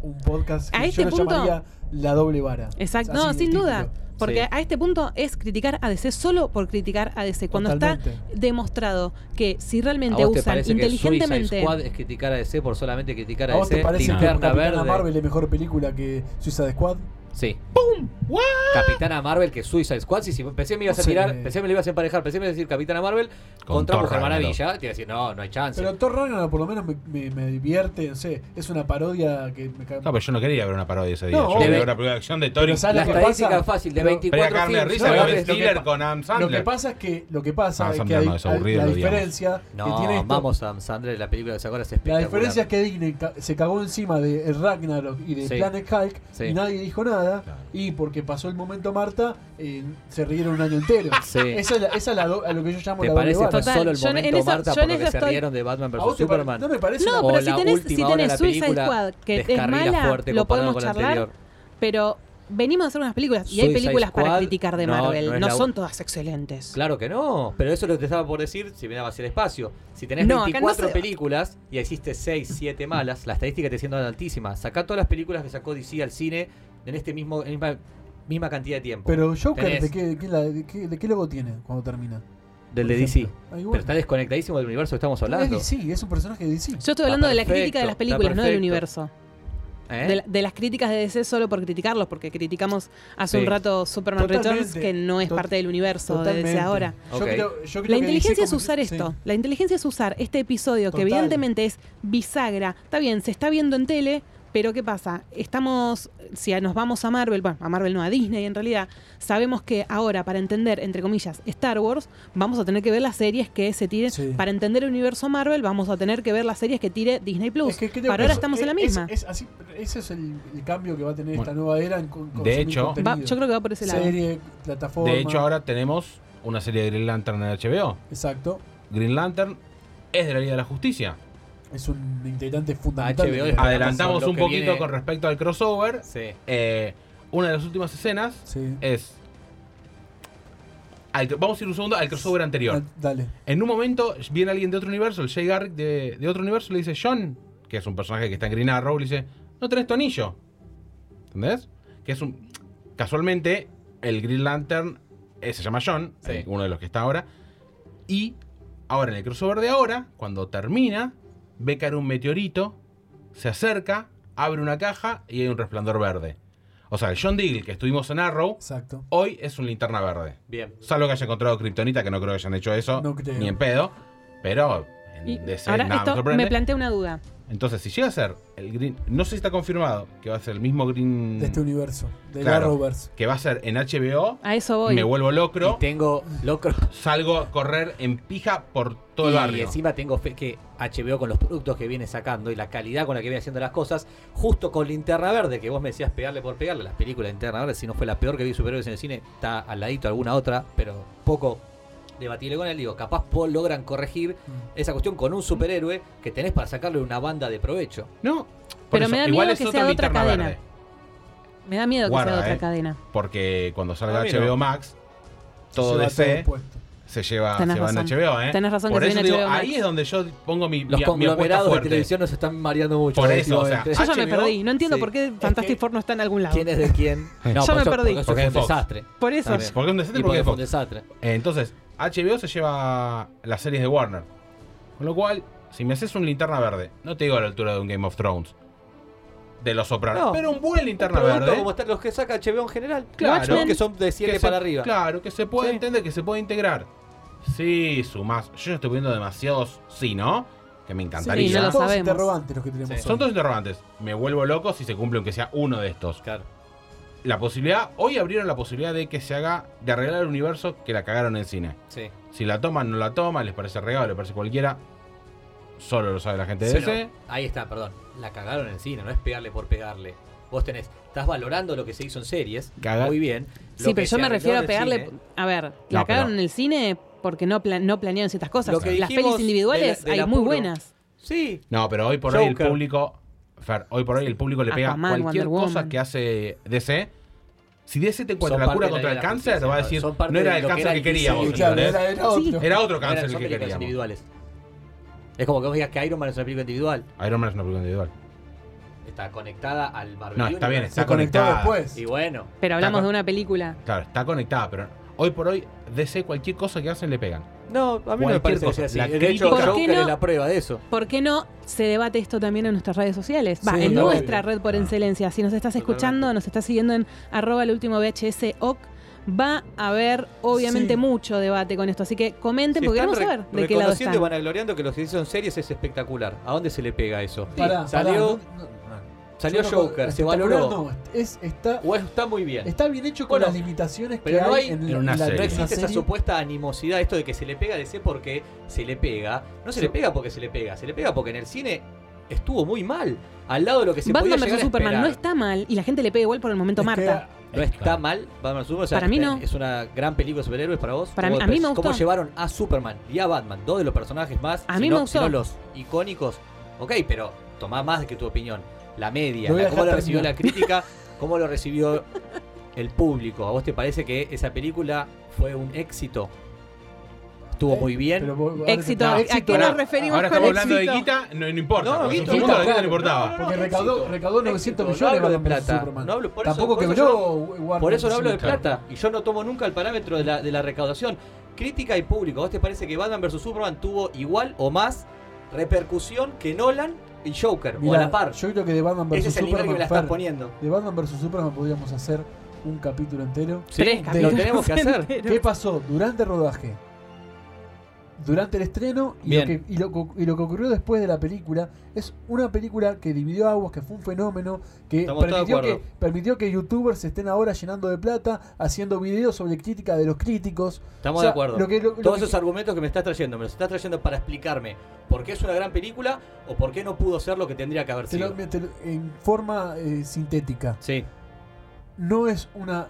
D: un podcast que
A: A
D: yo
A: este
D: lo
A: punto-
D: llamaría la doble vara.
A: Exacto,
D: Así
A: no,
D: de
A: sin
D: título.
A: duda. Porque
G: Sí.
A: a este punto es criticar a DC solo por criticar a DC. Cuando está
D: Totalmente.
A: demostrado que si
G: ¿A
A: realmente
G: vos te
A: usan
G: parece que Suicide
A: inteligentemente.
G: Squad es criticar a DC por solamente criticar a
D: ¿A vos
G: DC?
D: te parece que
G: Linterna
D: Capitana
G: Verde.
D: Marvel es mejor película que Suicide Squad?
G: Sí.
F: ¡Pum! ¡Guau!
G: Capitana Marvel que es Suicide Squad. Sí, sí, pensé me ibas a
D: Sí.
G: tirar, pensé me lo ibas a emparejar, pensé me ibas a decir Capitana Marvel
F: Con
G: contra
F: Thor
G: Mujer
F: Ragnarok.
G: Maravilla. Te iba a decir, no, no hay chance.
D: Pero Thor Ragnarok por lo menos me, me- me divierte, no sé, es una parodia que me cae.
F: No, pero yo no quería ver una parodia ese día.
D: No,
F: yo quería
G: obvio.
F: ver una primera acción de Tony.
D: Pero sale-
G: la
D: ¿qué
G: estadística
D: pasa?
G: fácil de
D: Pero-
G: 24
F: Pero a Carne de
G: films,
F: risa,
D: no,
F: con
G: ¿sabes lo
F: Ben
G: que
F: Stiller
G: pa-
F: con Adam
D: lo que
F: Sandler.
D: pasa es que lo que pasa
F: Ah,
D: es que
F: Sandler
D: hay,
F: no, es
D: hay-
F: aburrido,
D: la
F: lo odiamos.
D: diferencia que tiene
G: No,
D: esto-
G: vamos a Sandler, la película que sacó ahora es
D: La
G: espectacular.
D: diferencia es que Disney ca- se cagó encima de el Ragnarok y de
G: Sí.
D: Planet Hulk
G: Sí.
D: y nadie dijo nada.
F: Claro.
D: Y porque pasó el momento Marta, eh, se rieron un año entero.
G: Sí.
D: Esa es, la- esa es la do- a lo que yo llamo
G: ¿Te
D: la
G: parece
D: doble
G: tan
D: vara.
A: Total,
G: solo el
A: yo en- en
G: momento,
A: esa-
G: Marta,
A: yo en
G: porque
A: esa
G: se
A: estoy-
G: rieron de Batman
D: ¿A vos
G: vs
D: te pare-
G: Superman?
D: No me parece
A: No,
D: una-
A: pero
G: O
A: si
G: la
A: tenés, si
G: última hora de
A: tenés
G: la
A: Suicide
G: película
A: Squad, que es
G: descarrila
A: mala,
G: fuerte
A: lo
G: comparado
A: podemos
G: con la
A: charlar,
G: anterior.
A: pero venimos a hacer unas películas. Y hay
G: Suicide
A: películas para
G: Squad,
A: criticar de
G: no,
A: Marvel,
G: no
A: no,
G: es la u-
A: son todas excelentes.
G: Claro que no, pero eso es lo que te estaba por decir si me dabas el espacio. Si tenés
A: No, acá no
G: 24
A: se-
G: películas y hiciste 6, 7 malas, la estadística te siendo altísima. Sacá todas las películas que sacó DC al cine en este mismo en misma, misma cantidad de tiempo.
D: Pero Joker,
G: Tenés-
D: ¿de qué, de qué la- de qué- de qué logo tiene cuando termina?
G: del
D: por
G: de DC.
D: ejemplo. Ah, igual.
G: Pero está desconectadísimo del universo que estamos hablando.
D: Es DC, es un personaje de DC.
A: Yo estoy hablando de la
G: perfecto,
A: crítica de las
G: está
A: películas, no del
G: perfecto.
A: universo.
G: ¿Eh?
A: De, la- de las críticas de DC solo por criticarlos, porque criticamos hace
G: Sí.
A: un rato Superman
D: Totalmente.
A: Returns, que no es
D: Tot-
A: parte del universo de DC ahora.
D: Yo
G: Ok.
D: creo- yo creo
A: La
D: que DC
A: inteligencia es
D: convirtió-
A: usar
D: sí.
A: esto. La inteligencia es usar este episodio
D: Total.
A: que evidentemente es bisagra. Está bien, se está viendo en tele, pero ¿qué pasa? Estamos, si a- nos vamos a Marvel, bueno, a Marvel no, a Disney en realidad, sabemos que ahora para entender, entre comillas, Star Wars, vamos a tener que ver las series que se tiren.
D: Sí.
A: Para entender el universo Marvel, vamos a tener que ver las series que tire Disney Plus.
D: Es que creo
A: para
D: que
A: ahora
D: es-
A: estamos en la
D: es-
A: misma.
D: es así- ese es el, el cambio que va a tener esta
F: Bueno.
D: nueva era en con- consumir
F: hecho-
A: Va-
D: contenido.
A: yo creo que va por ese lado.
D: serie, plataforma.
F: De hecho, ahora tenemos una serie de Green Lantern en HBO.
D: Exacto.
F: Green Lantern es de la Liga de la Justicia.
D: Es un integrante fundamental.
G: HBO
D: de-
G: es-
F: Adelantamos
G: lo
F: un
G: que
F: poquito
G: viene-
F: con respecto al crossover.
G: Sí.
F: Eh, una de las últimas escenas
D: Sí.
F: es. al- vamos a ir un segundo al crossover anterior.
D: Ah, Dale.
F: En un momento viene alguien de otro universo, el Jay Garrick de, de otro universo, y le dice John, que es un personaje que está en Green Arrow, le dice, no tenés tu anillo. ¿Entendés? Que es un... Casualmente, el Green Lantern eh, se llama John,
G: Sí.
F: eh, uno de los que está ahora, y ahora en el crossover de ahora, cuando termina, ve caer un meteorito, se acerca, abre una caja y hay un resplandor verde. O sea, el John Deagle que estuvimos en Arrow,
D: Exacto.
F: hoy es un linterna verde.
G: Bien.
F: Salvo que haya encontrado Kryptonita, que no creo que hayan hecho eso.
D: No creo.
F: Ni en pedo. Pero en
A: Y
F: DC
A: ahora
F: nada me
A: esto me,
F: sorprende.
A: plantea una duda.
F: Entonces, si llega a ser el Green. No sé si está confirmado que va a ser el mismo Green.
D: De este universo. Del
F: Mm, Claro.
D: Arrowverse.
F: Que va a ser en HBO.
A: A eso voy.
F: Me vuelvo locro.
G: Y tengo locro.
F: Salgo a correr en pija por todo el
G: Y
F: barrio.
G: encima tengo fe que HBO con los productos que viene sacando y la calidad con la que viene haciendo las cosas, justo con Linterna Verde, que vos me decías pegarle por pegarle, las películas de Linterna Verde, si no fue la peor que vi de superhéroes en el cine, está al ladito alguna otra, pero poco debatible con él, digo, capaz po- logran corregir
F: Mm.
G: esa cuestión con un superhéroe que tenés para sacarle una banda de provecho.
F: No. por
A: Pero me da
F: igual
A: miedo
F: es
A: que
F: otro
A: sea de otra
F: Linterna
A: cadena.
F: Verde,
A: Me da miedo que
F: Guarda,
A: sea de otra
F: eh.
A: cadena.
F: porque cuando salga
G: Ah, mira.
F: HBO Max, todo
D: Lleva
F: DC
D: puesto.
F: se lleva,
A: Tenés
F: se va en
A: razón.
F: HBO, ¿eh?
A: Tenés razón
F: por
A: que se
F: eso
A: viene
F: digo,
A: HBO Max.
F: ahí es donde yo pongo mi,
G: Los
F: mi- mi apuesta
G: conglomerados de
F: fuerte.
G: televisión nos están mareando mucho.
F: Por eso, o sea,
G: últimamente.
A: Yo ya me
F: HBO,
A: perdí. No entiendo
G: sí.
A: por qué
G: Es
A: Fantastic
G: que-
A: Four no está en algún lado.
G: ¿Quién es de quién?
A: Ya
G: por
A: me
G: eso-
A: perdí.
G: porque eso
F: Porque
G: fue
F: es
G: un
F: Fox.
G: desastre.
A: Por eso.
G: También.
F: Porque es un desastre
G: Y porque
F: porque es
G: fue un
F: Fox.
G: desastre.
F: Entonces, HBO se lleva las series de Warner. Con lo cual, si me haces un linterna verde, no te digo a la altura de un Game of Thrones, de los Sopranos,
G: No.
F: pero un buen linterna
G: Productos
F: verde.
G: como están los que saca HBO en general.
F: Claro.
G: Watchmen, que son de 7
F: se-
G: para arriba.
F: Claro, que se puede
G: Sí.
F: entender, que se puede integrar. Sí, sumás. Yo ya estoy poniendo demasiados sí, ¿no? Que me encantaría.
A: Sí, no lo
D: Son todos
A: sabemos.
D: interrogantes los que tenemos.
G: Sí.
D: hoy.
F: Son dos interrogantes. Me vuelvo loco si se cumple aunque sea uno de estos.
G: Claro.
F: La posibilidad, hoy abrieron la posibilidad de que se haga, de arreglar el universo que la cagaron en cine.
G: Sí.
F: Si la toman, no la toman, les parece regalo, les parece cualquiera. Solo lo sabe la gente de
G: Pero,
F: DC.
G: ahí está, perdón. La cagaron en el cine, no es pegarle por pegarle. Vos tenés, estás valorando lo que se hizo en series,
F: Caga-
G: muy bien. lo
A: Sí,
G: que
A: pero yo
G: se
A: me
G: arregló
A: refiero
G: en
A: a
G: el
A: pegarle.
G: cine,
A: A ver, la
F: No, pero-
A: cagaron en el cine porque no, plan- no planearon ciertas cosas.
G: Lo que
A: Las
G: dijimos
A: pelis individuales
G: de la- del
A: hay muy
G: apuro.
A: buenas.
G: Sí,
F: No, pero hoy por hoy el
G: Joker.
F: público. Fer, hoy por hoy el público le pega
A: Aquaman,
F: cualquier
A: Wonder
F: cosa
A: Woman.
F: que hace DC. Si DC te encuentra
G: Son
F: la
G: parte
F: cura
G: de la Liga
F: contra
G: de
F: el
G: la
F: cáncer,
G: Justicia,
F: va a
G: ¿no?
F: decir,
G: Son parte
F: no era
G: de
F: el
G: lo que
F: cáncer
G: era
F: que
G: el DC
F: queríamos.
D: Sí, claro,
F: ¿entendés?
D: era, era otro.
F: ¿eh? Era otro
G: no
F: cáncer
G: eran-
F: el
G: son
F: que
G: películas
F: queríamos.
G: individuales. Es como que vos digas que Iron Man es una película individual.
F: Iron Man es una película individual.
G: Está conectada al Marvel.
F: No, está bien,
G: Universe.
F: está
D: Se conectó
F: conectada.
D: después.
G: Y bueno,
A: Pero hablamos
F: Está-
A: de una película.
F: Claro, está conectada, pero hoy por hoy DC cualquier cosa que hacen le pegan.
G: No, a mí no me
F: Cualquier
G: parece
F: cosa.
G: que sea
F: La
G: así. De
F: crítica-
G: hecho,
A: ¿Por qué
G: Joker
A: no?
G: es la prueba de eso.
A: ¿Por qué no se debate esto también en nuestras redes sociales? Va,
D: Sí,
A: en
D: totalmente.
A: nuestra red
G: Ah.
A: por excelencia. Si nos estás escuchando, nos estás siguiendo en arroba el último VHS OC, va a haber obviamente
D: Sí.
A: mucho debate con esto. Así que comenten,
G: Se
A: porque
G: están
A: queremos
G: re-
A: saber de qué lado
G: reconociendo y
A: están.
G: vanagloriando que los que hicieron series es espectacular. ¿A dónde se le pega eso?
D: Pará,
G: salió
D: pará, no, no,
G: salió
D: yo no-
G: Joker, se
D: espectacular
G: valoró.
D: no, Este, es, está,
G: O está muy bien.
D: está bien hecho con
G: Bueno,
D: las limitaciones
G: pero
D: que
G: no hay-
D: en,
F: en una
D: la-
F: serie.
G: No
F: Sí.
G: existe esa
D: serie.
G: supuesta animosidad, esto de que se le pega a DC porque se le pega. No se le pega porque se le pega, se le pega porque en el cine estuvo muy mal. Al lado de lo que se podía
A: Batman
G: llegar
A: vs
G: a
A: Superman
G: esperar.
A: no está mal y la gente le pega igual por el momento
D: Es que
A: Marta.
G: No está mal Batman vs Superman. o sea,
A: Para mí no.
G: Es una gran película de superhéroes para vos.
A: Para
G: ¿Cómo
A: mí- a mí me
G: empezó- ¿Cómo
A: gustó.
G: llevaron a Superman y a Batman? Dos de los personajes más.
A: A
G: si
A: mí
G: no-
A: me
G: si no
A: gustó.
G: los icónicos. Ok, pero tomá más que tu opinión. La media,
D: Lo voy a
G: la- cómo
D: dejar
G: lo recibió la
D: terminar.
G: crítica, cómo lo recibió el público. ¿A vos te parece que esa película fue un éxito? Estuvo muy bien.
D: Eh, pero vos- ahora-
A: Éxito.
D: no,
A: ¿A- ¿A
D: éxito,
A: qué
D: pará,
A: nos referimos
F: Ahora
A: con
F: estamos hablando de
A: éxito?
F: guita, no, no importa.
G: No,
F: porque en
G: guita,
F: su mundo la
D: guita,
F: guita no
D: claro.
F: importaba.
G: No,
D: Porque
G: no,
D: recaudó,
G: éxito.
D: recaudó 900
G: Éxito,
D: millones
G: no hablo de
D: Batman vs
G: plata.
D: Superman.
G: No hablo- por eso-
D: Tampoco
G: por eso
D: quebró Warner.
G: Por eso no hablo de
D: Sí,
F: claro.
G: plata. Y yo no tomo nunca el parámetro de la, de la recaudación. Crítica y público. ¿A ¿Vos te parece que Batman vs. Superman tuvo igual o más repercusión que Nolan y Joker? o
D: Mirá,
G: a la par.
D: Yo creo que de Batman vs
G: Ese es el nivel que me la estás
D: Fer,
G: poniendo.
D: De Batman vs Superman podríamos hacer un capítulo entero.
A: Tres
G: Sí, lo
A: capítulos
G: tenemos que hacer.
A: enteros.
D: ¿Qué pasó durante el rodaje? Durante el estreno y lo,
G: Bien.
D: que, y lo que- y lo que ocurrió después de la película es una película que dividió aguas, que fue un fenómeno, que
G: Estamos todos de
D: permitió, que
G: acuerdo.
D: permitió que youtubers se estén ahora llenando de plata, haciendo videos sobre crítica de los críticos. O
G: Estamos
D: sea,
G: de acuerdo.
D: lo que- lo- lo
G: Todos
D: que-
G: esos argumentos que me estás trayendo, me los estás trayendo para explicarme por qué es una gran película o por qué no pudo ser lo que tendría que haber
D: te lo-
G: sido.
D: te lo- en forma eh, sintética.
G: Sí,
D: no es una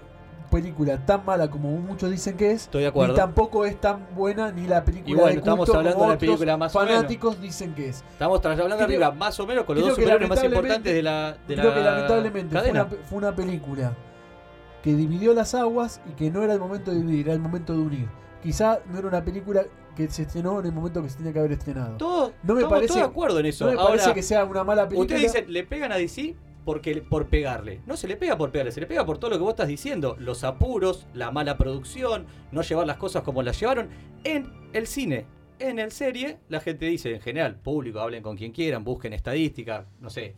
D: película tan mala como muchos dicen que es.
G: estoy de
D: Y
G: acuerdo.
D: tampoco es tan buena ni la película
G: Y bueno,
D: de culto
G: estamos hablando
D: como
G: de la
D: otros
G: película más o menos.
D: fanáticos dicen que es.
G: Estamos tra- hablando
D: Creo-
G: arriba, más o menos, con los
D: creo
G: dos
D: que
G: superhéroes más
D: lamentablemente-
G: importantes de la, de
D: Creo
G: la
D: que lamentablemente fue
G: cadena.
D: una, fue una película que dividió las aguas y que no era el momento de dividir, era el momento de unir. Quizá no era una película que se estrenó en el momento que se tenía que haber estrenado.
G: Todo,
D: No me
G: estamos
D: parece-
G: todos de acuerdo en eso.
D: no me
G: Ahora,
D: parece que sea una mala película.
G: Ustedes dicen, le pegan a DC porque, por pegarle. No se le pega por pegarle, se le pega por todo lo que vos estás diciendo. Los apuros, la mala producción, no llevar las cosas como las llevaron en el cine. En el serie, la gente dice, en general, público, hablen con quien quieran, busquen estadística, no sé,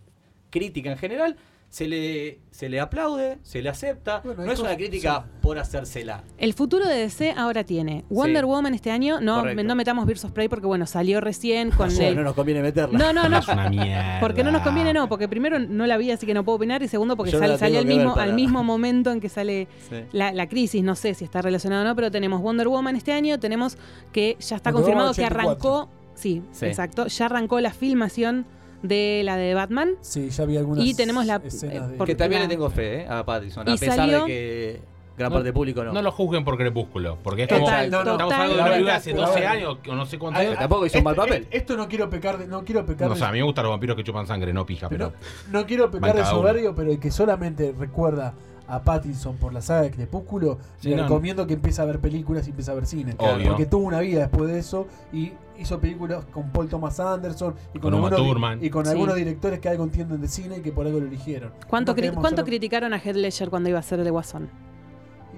G: crítica en general. Se le, se le aplaude, se le acepta.
D: Bueno, hay
G: no es una
D: cosas-
G: crítica por hacérsela.
A: El futuro de DC ahora tiene Wonder
G: Sí.
A: Woman este año. No,
G: Correcto.
A: no metamos Birds of Prey porque, bueno, salió recién con
G: Sí,
A: el-
G: no nos conviene meterla.
A: No, no, no.
F: Es una mierda.
A: Porque no nos conviene, no. Porque primero no la vi, así que no puedo opinar. Y segundo, porque
G: Yo no
A: sale-
G: la
A: salió al
G: tengo que ver
A: mismo,
G: para-
A: al mismo momento en que sale
G: Sí.
A: la, la crisis. No sé si está relacionado o no, pero tenemos Wonder Woman este año. Tenemos que ya está
D: Wonder Woman
A: confirmado que
D: 84.
A: arrancó. Sí,
G: Sí.
A: exacto. Ya arrancó la filmación de la de Batman.
D: Sí, ya vi algunas
A: Y tenemos la-
D: escenas
A: eh,
D: de...
A: porque-
G: Que también
A: la-
G: le tengo fe eh, a Pattinson,
A: Y
G: a pesar
A: salió-
G: de que gran
F: No-
G: parte del público no.
F: No lo juzguen por Crepúsculo. Porque es como.
A: Total,
D: no, no,
F: Estamos hablando de una
D: Total,
F: película hace
D: total.
F: 12 años o no sé cuánto.
G: que Ah, tampoco hizo un mal papel.
D: Ah, este, Esto no quiero pecar de, no quiero pecar
F: No, o
D: de-
F: sea, a mí me gustan los vampiros que chupan sangre, no pija, pero.
D: Pero no quiero pecar de
F: Van cada uno.
D: soberbio, pero el que solamente recuerda a Pattinson por la saga de Crepúculo,
F: Sí,
D: le
F: no,
D: recomiendo que empiece a ver películas y empiece a ver cine.
F: Obvio.
D: Porque tuvo una vida después de eso y hizo películas con Paul Thomas Anderson y con,
F: Con Uma
D: algunos,
F: Thurman.
D: y con
A: Sí.
D: algunos directores que algo entienden de cine y que por algo lo eligieron.
A: ¿Cuánto,
D: No
A: cri-
D: queremos
A: cuánto
D: ser-
A: criticaron a Heath Ledger cuando iba a ser de Guasón?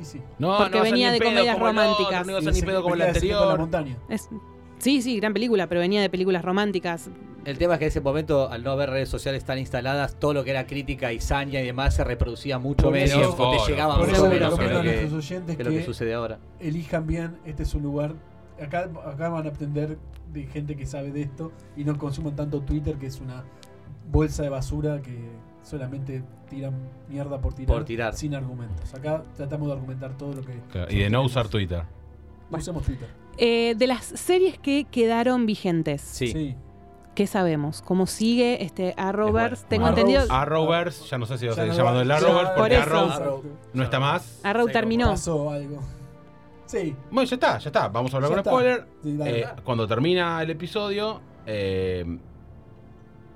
D: Y sí.
F: No,
A: Porque
F: va a ser
A: venía
F: ni
A: de
F: pedo
A: comedias
F: como el otro,
A: románticas.
F: No iba a ser
D: Y
F: ni
D: se-
F: pedo como el
D: pelea de cine por la
F: anterior.
D: montaña.
A: Es- Sí, sí, gran película, pero venía de películas románticas.
G: El tema es que en ese momento, al no haber redes sociales tan instaladas, todo lo que era crítica y saña y demás se reproducía mucho
D: Por
G: menos,
D: eso-
G: o te llegaba
D: Por
F: Vamos
G: mucho
D: eso
F: a
D: le
F: ver,
G: menos que
D: recomiendo a
G: lo que,
D: nuestros oyentes
G: que lo que
D: que
G: sucede ahora.
D: elijan bien, este es un lugar. Acá, acá van a aprender de gente que sabe de esto y no consuman tanto Twitter, que es una bolsa de basura que solamente tiran mierda por tirar,
G: Por tirar.
D: sin argumentos. Acá tratamos de argumentar todo lo que.
F: Claro, Y de no usar Twitter.
D: No usemos Twitter.
A: Eh, de las series que quedaron vigentes,
G: Sí.
A: ¿qué sabemos? ¿Cómo sigue este Arrowverse? Tengo
F: Arrow-
A: entendido.
F: Arrowverse, ya no sé si va a
D: Ya
F: seguir
D: no-
F: llamando el
D: ya-
F: Arrowverse porque
A: Por eso.
F: Arrow no está más.
A: Arrow
G: Sí,
A: terminó.
D: Pasó algo. Sí.
F: Bueno, ya está, ya está. Vamos a hablar
D: ya
F: con
D: está.
F: spoiler.
D: Sí, dale.
F: Eh, cuando termina el episodio, eh,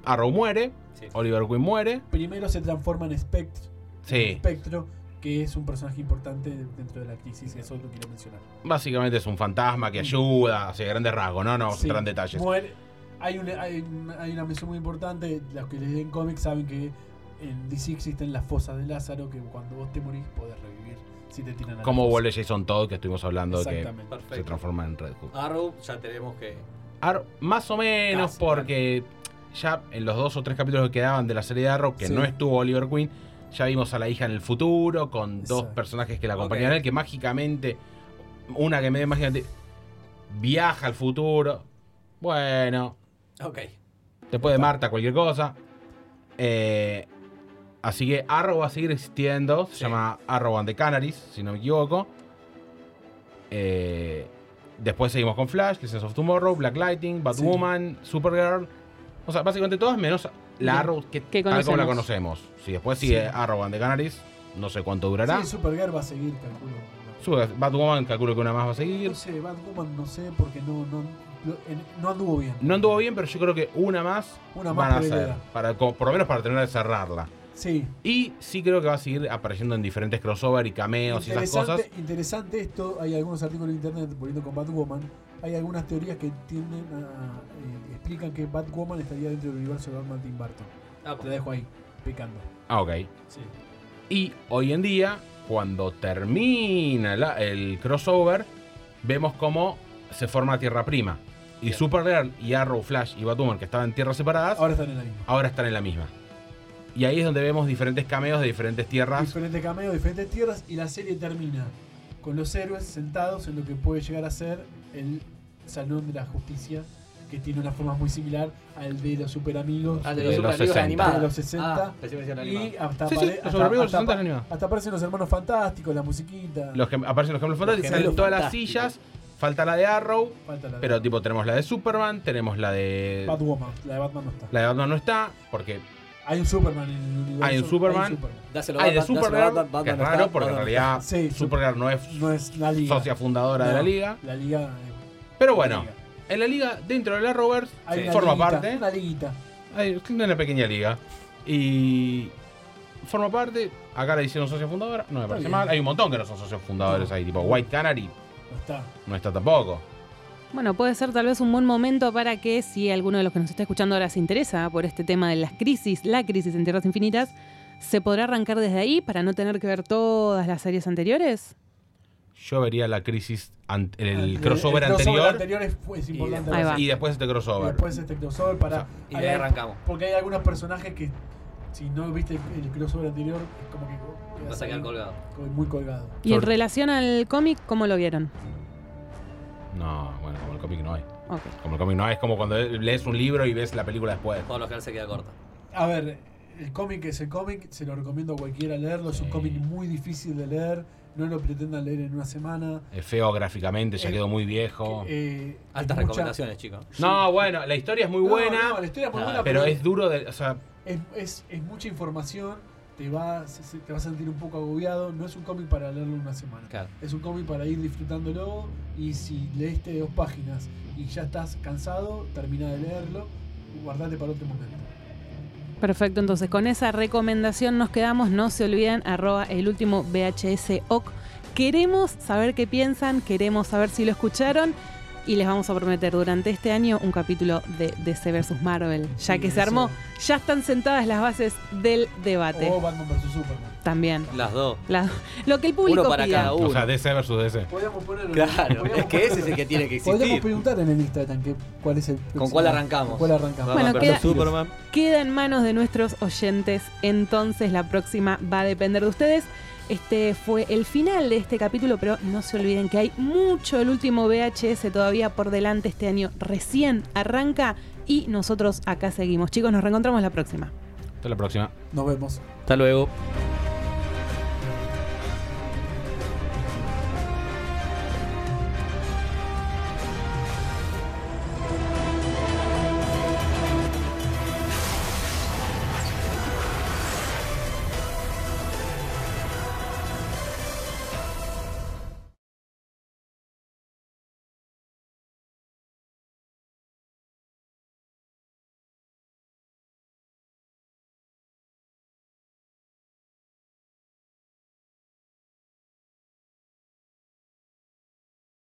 F: Arrow muere,
G: Sí.
F: Oliver Queen muere.
D: Primero se transforma en Spectre,
F: Sí,
D: Spectro, que es un personaje importante dentro de la crisis. Eso lo quiero mencionar.
F: básicamente es un fantasma que ayuda, hace grandes rasgos, ¿no? No vamos a
D: Sí,
F: entrar en detalles.
D: muere- hay, una, hay, un- hay una mención muy importante. Los que leen cómics saben que en DC existen las fosas de Lázaro que cuando vos te morís podés revivir si te tiran a la
F: Como
D: fosa.
F: vuelve Jason Todd, que estuvimos hablando de que
D: Exactamente.
F: se
G: Perfecto.
F: transforma en Red Hood.
G: Arrow ya tenemos que...
F: Ar- más o menos
G: Casi,
F: porque ya en los dos o tres capítulos que quedaban de la serie de Arrow, que
D: Sí.
F: no estuvo Oliver Queen, ya vimos a la hija en el futuro con dos
D: Exacto.
F: personajes que la acompañan a él, que mágicamente, una que medio mágicamente viaja al futuro. Bueno,
G: Ok.
F: después de Marta, cualquier cosa. Eh, así que Arrow va a seguir existiendo. Se
G: Sí.
F: llama Arrow and the Canaries, si no me equivoco. Eh, después seguimos con Flash, Legends of Tomorrow, Black Lightning, Batwoman, Supergirl. O sea, básicamente todas menos la
A: Bien.
F: Arrow que,
A: Que
F: tal como la
A: conocemos.
F: conocemos. Si después sigue
D: Sí.
F: Arrow and the Canaries, no sé cuánto durará.
D: Sí, Supergirl va a seguir, calculo.
F: Super- Batwoman, calculo que una más va a seguir.
D: No sé, Batwoman no sé porque no, no, lo- en- no anduvo bien.
F: No anduvo bien, pero yo creo que una más
D: Una
F: van
D: más
F: a hacer.
D: podría.
F: Para, como- por lo menos para terminar de cerrarla.
D: Sí.
F: Y sí creo que va a seguir apareciendo en diferentes crossover y cameos y esas
D: Interesante,
F: cosas.
D: interesante esto, hay algunos artículos en internet poniendo con Batwoman, hay algunas teorías que tienden a, eh, explican que Batwoman estaría dentro del universo de Batman Tim Burton.
G: Ah,
D: Te la dejo ahí, picando.
F: Ah, ok.
D: Sí.
F: Y hoy en día, cuando termina la- el crossover, vemos cómo se forma Tierra Prima. Y Supergirl y Arrow, Flash y Batwoman, que estaban en tierras separadas,
D: Ahora
F: ahora,
D: están en la misma.
F: están en la misma. Y ahí es donde vemos diferentes cameos de diferentes tierras.
D: Diferentes cameos, diferentes tierras y la serie termina con los héroes sentados en lo que puede llegar a ser el Salón de la Justicia, que tiene una forma muy similar al de los superamigos
G: Ah, de
F: De
G: los,
F: los
G: superamigos
F: 60.
G: animados.
D: De los 60.
G: Ah, pensé que decían animados.
D: Y hasta,
F: Sí, sí,
D: apare-
F: los
D: hasta-
F: superamigos
D: hasta-
F: 60 animados.
D: hasta aparecen los hermanos fantásticos, la musiquita.
F: Los que, aparecen los gemelos fantásticos, salen
G: gemelos
F: todas las
G: fantásticos.
F: sillas. Falta la de Arrow,
D: Falta la de-
F: pero tipo tenemos la de Superman, tenemos la de...
D: Batwoman, la de Batman no está.
F: La de Batman no está, porque
D: Hay un Superman en el universo.
F: Hay un Superman.
G: ah, Dáselo a
F: Hay de
G: Batman,
F: Supergirl,
G: dáselo a Batman,
F: que es
G: Batman
F: raro
G: está,
F: porque en
G: Batman
F: realidad
D: Sí,
F: Supergirl no es
D: No es la liga.
F: socia fundadora de
D: No,
F: la liga.
D: La liga. eh,
F: Pero
D: la
F: bueno,
D: liga.
F: en la liga, dentro de la Rovers,
D: Hay una
F: forma
D: liguita,
F: parte.
D: Una liguita.
F: Hay una pequeña liga. Y forma parte. Acá le hicieron socia fundadora, no me
D: Está
F: parece
D: bien.
F: mal. Hay un montón que no son socios fundadores ahí, tipo White Canary
D: No está.
F: no está tampoco.
A: Bueno, puede ser tal vez un buen momento para que si alguno de los que nos está escuchando ahora se interesa por este tema de las crisis, la crisis en Tierras Infinitas, ¿se podrá arrancar desde ahí para no tener que ver todas las series anteriores?
F: Yo vería la crisis, an- el,
D: Ah,
F: crossover
D: el
F: anterior,
D: anterior es, es importante.
A: Ahí va.
F: y después este
D: Y
F: crossover.
D: después este crossover
F: O
D: para.
F: sea,
G: Y de ahí
D: hay-
G: arrancamos.
D: Porque hay algunos personajes que, si no viste el crossover anterior, es como que.
G: Vas a quedar colgado.
D: co- Muy colgado.
A: Y en
F: Sobre-
A: relación al cómic, ¿cómo lo vieron?
F: No, bueno, como el cómic no hay.
A: Ok.
F: Como el cómic no hay, es como cuando lees un libro y ves la película después.
G: Por lo general se queda corta.
D: A ver, el cómic es el cómic, se lo recomiendo a cualquiera leerlo. Es un
F: Sí.
D: cómic muy difícil de leer. No lo pretendan leer en una semana.
F: Es feo gráficamente, ya
D: Eh,
F: quedó muy viejo.
D: Eh,
G: Altas
D: hay mucha-
G: recomendaciones, chicos.
F: No, bueno, la historia es muy
D: No,
F: buena,
D: no, la historia es muy
G: Ah,
D: buena,
F: pero es duro de. O sea,
D: es, es- es mucha información. Te vas, se- te vas a sentir un poco agobiado. No es un cómic para leerlo en una semana.
G: Claro.
D: Es un cómic para ir disfrutándolo. Y si leíste dos páginas y ya estás cansado, termina de leerlo. Guardate para otro momento.
A: Perfecto, entonces con esa recomendación nos quedamos. No se olviden, arroba el último VHS OC. Queremos saber qué piensan, queremos saber si lo escucharon y les vamos a prometer durante este año un capítulo de DC vs. Marvel. Ya
D: Sí,
A: que se
D: eso.
A: armó, ya están sentadas las bases del debate.
D: O Batman vs Superman.
A: También.
G: Las dos.
A: La- lo que el público
G: Uno para
A: pida.
G: cada uno.
F: o sea, DC versus DC.
D: Podríamos ponerlo.
G: Claro,
D: podríamos
G: es que ese es el
D: ponerlo.
G: que tiene que
D: Podríamos
G: existir.
D: preguntar en el Instagram que, cuál es el. próximo-
G: cuál arrancamos?
D: ¿Con cuál arrancamos?
A: Bueno,
G: versus
A: queda-
G: Superman.
A: Queda en manos de nuestros oyentes, entonces la próxima va a depender de ustedes. Este fue el final de este capítulo, pero no se olviden que hay mucho el último VHS todavía por delante este año. Recién arranca y nosotros acá seguimos. Chicos, nos reencontramos la próxima.
F: Hasta la próxima.
D: Nos vemos.
G: Hasta luego.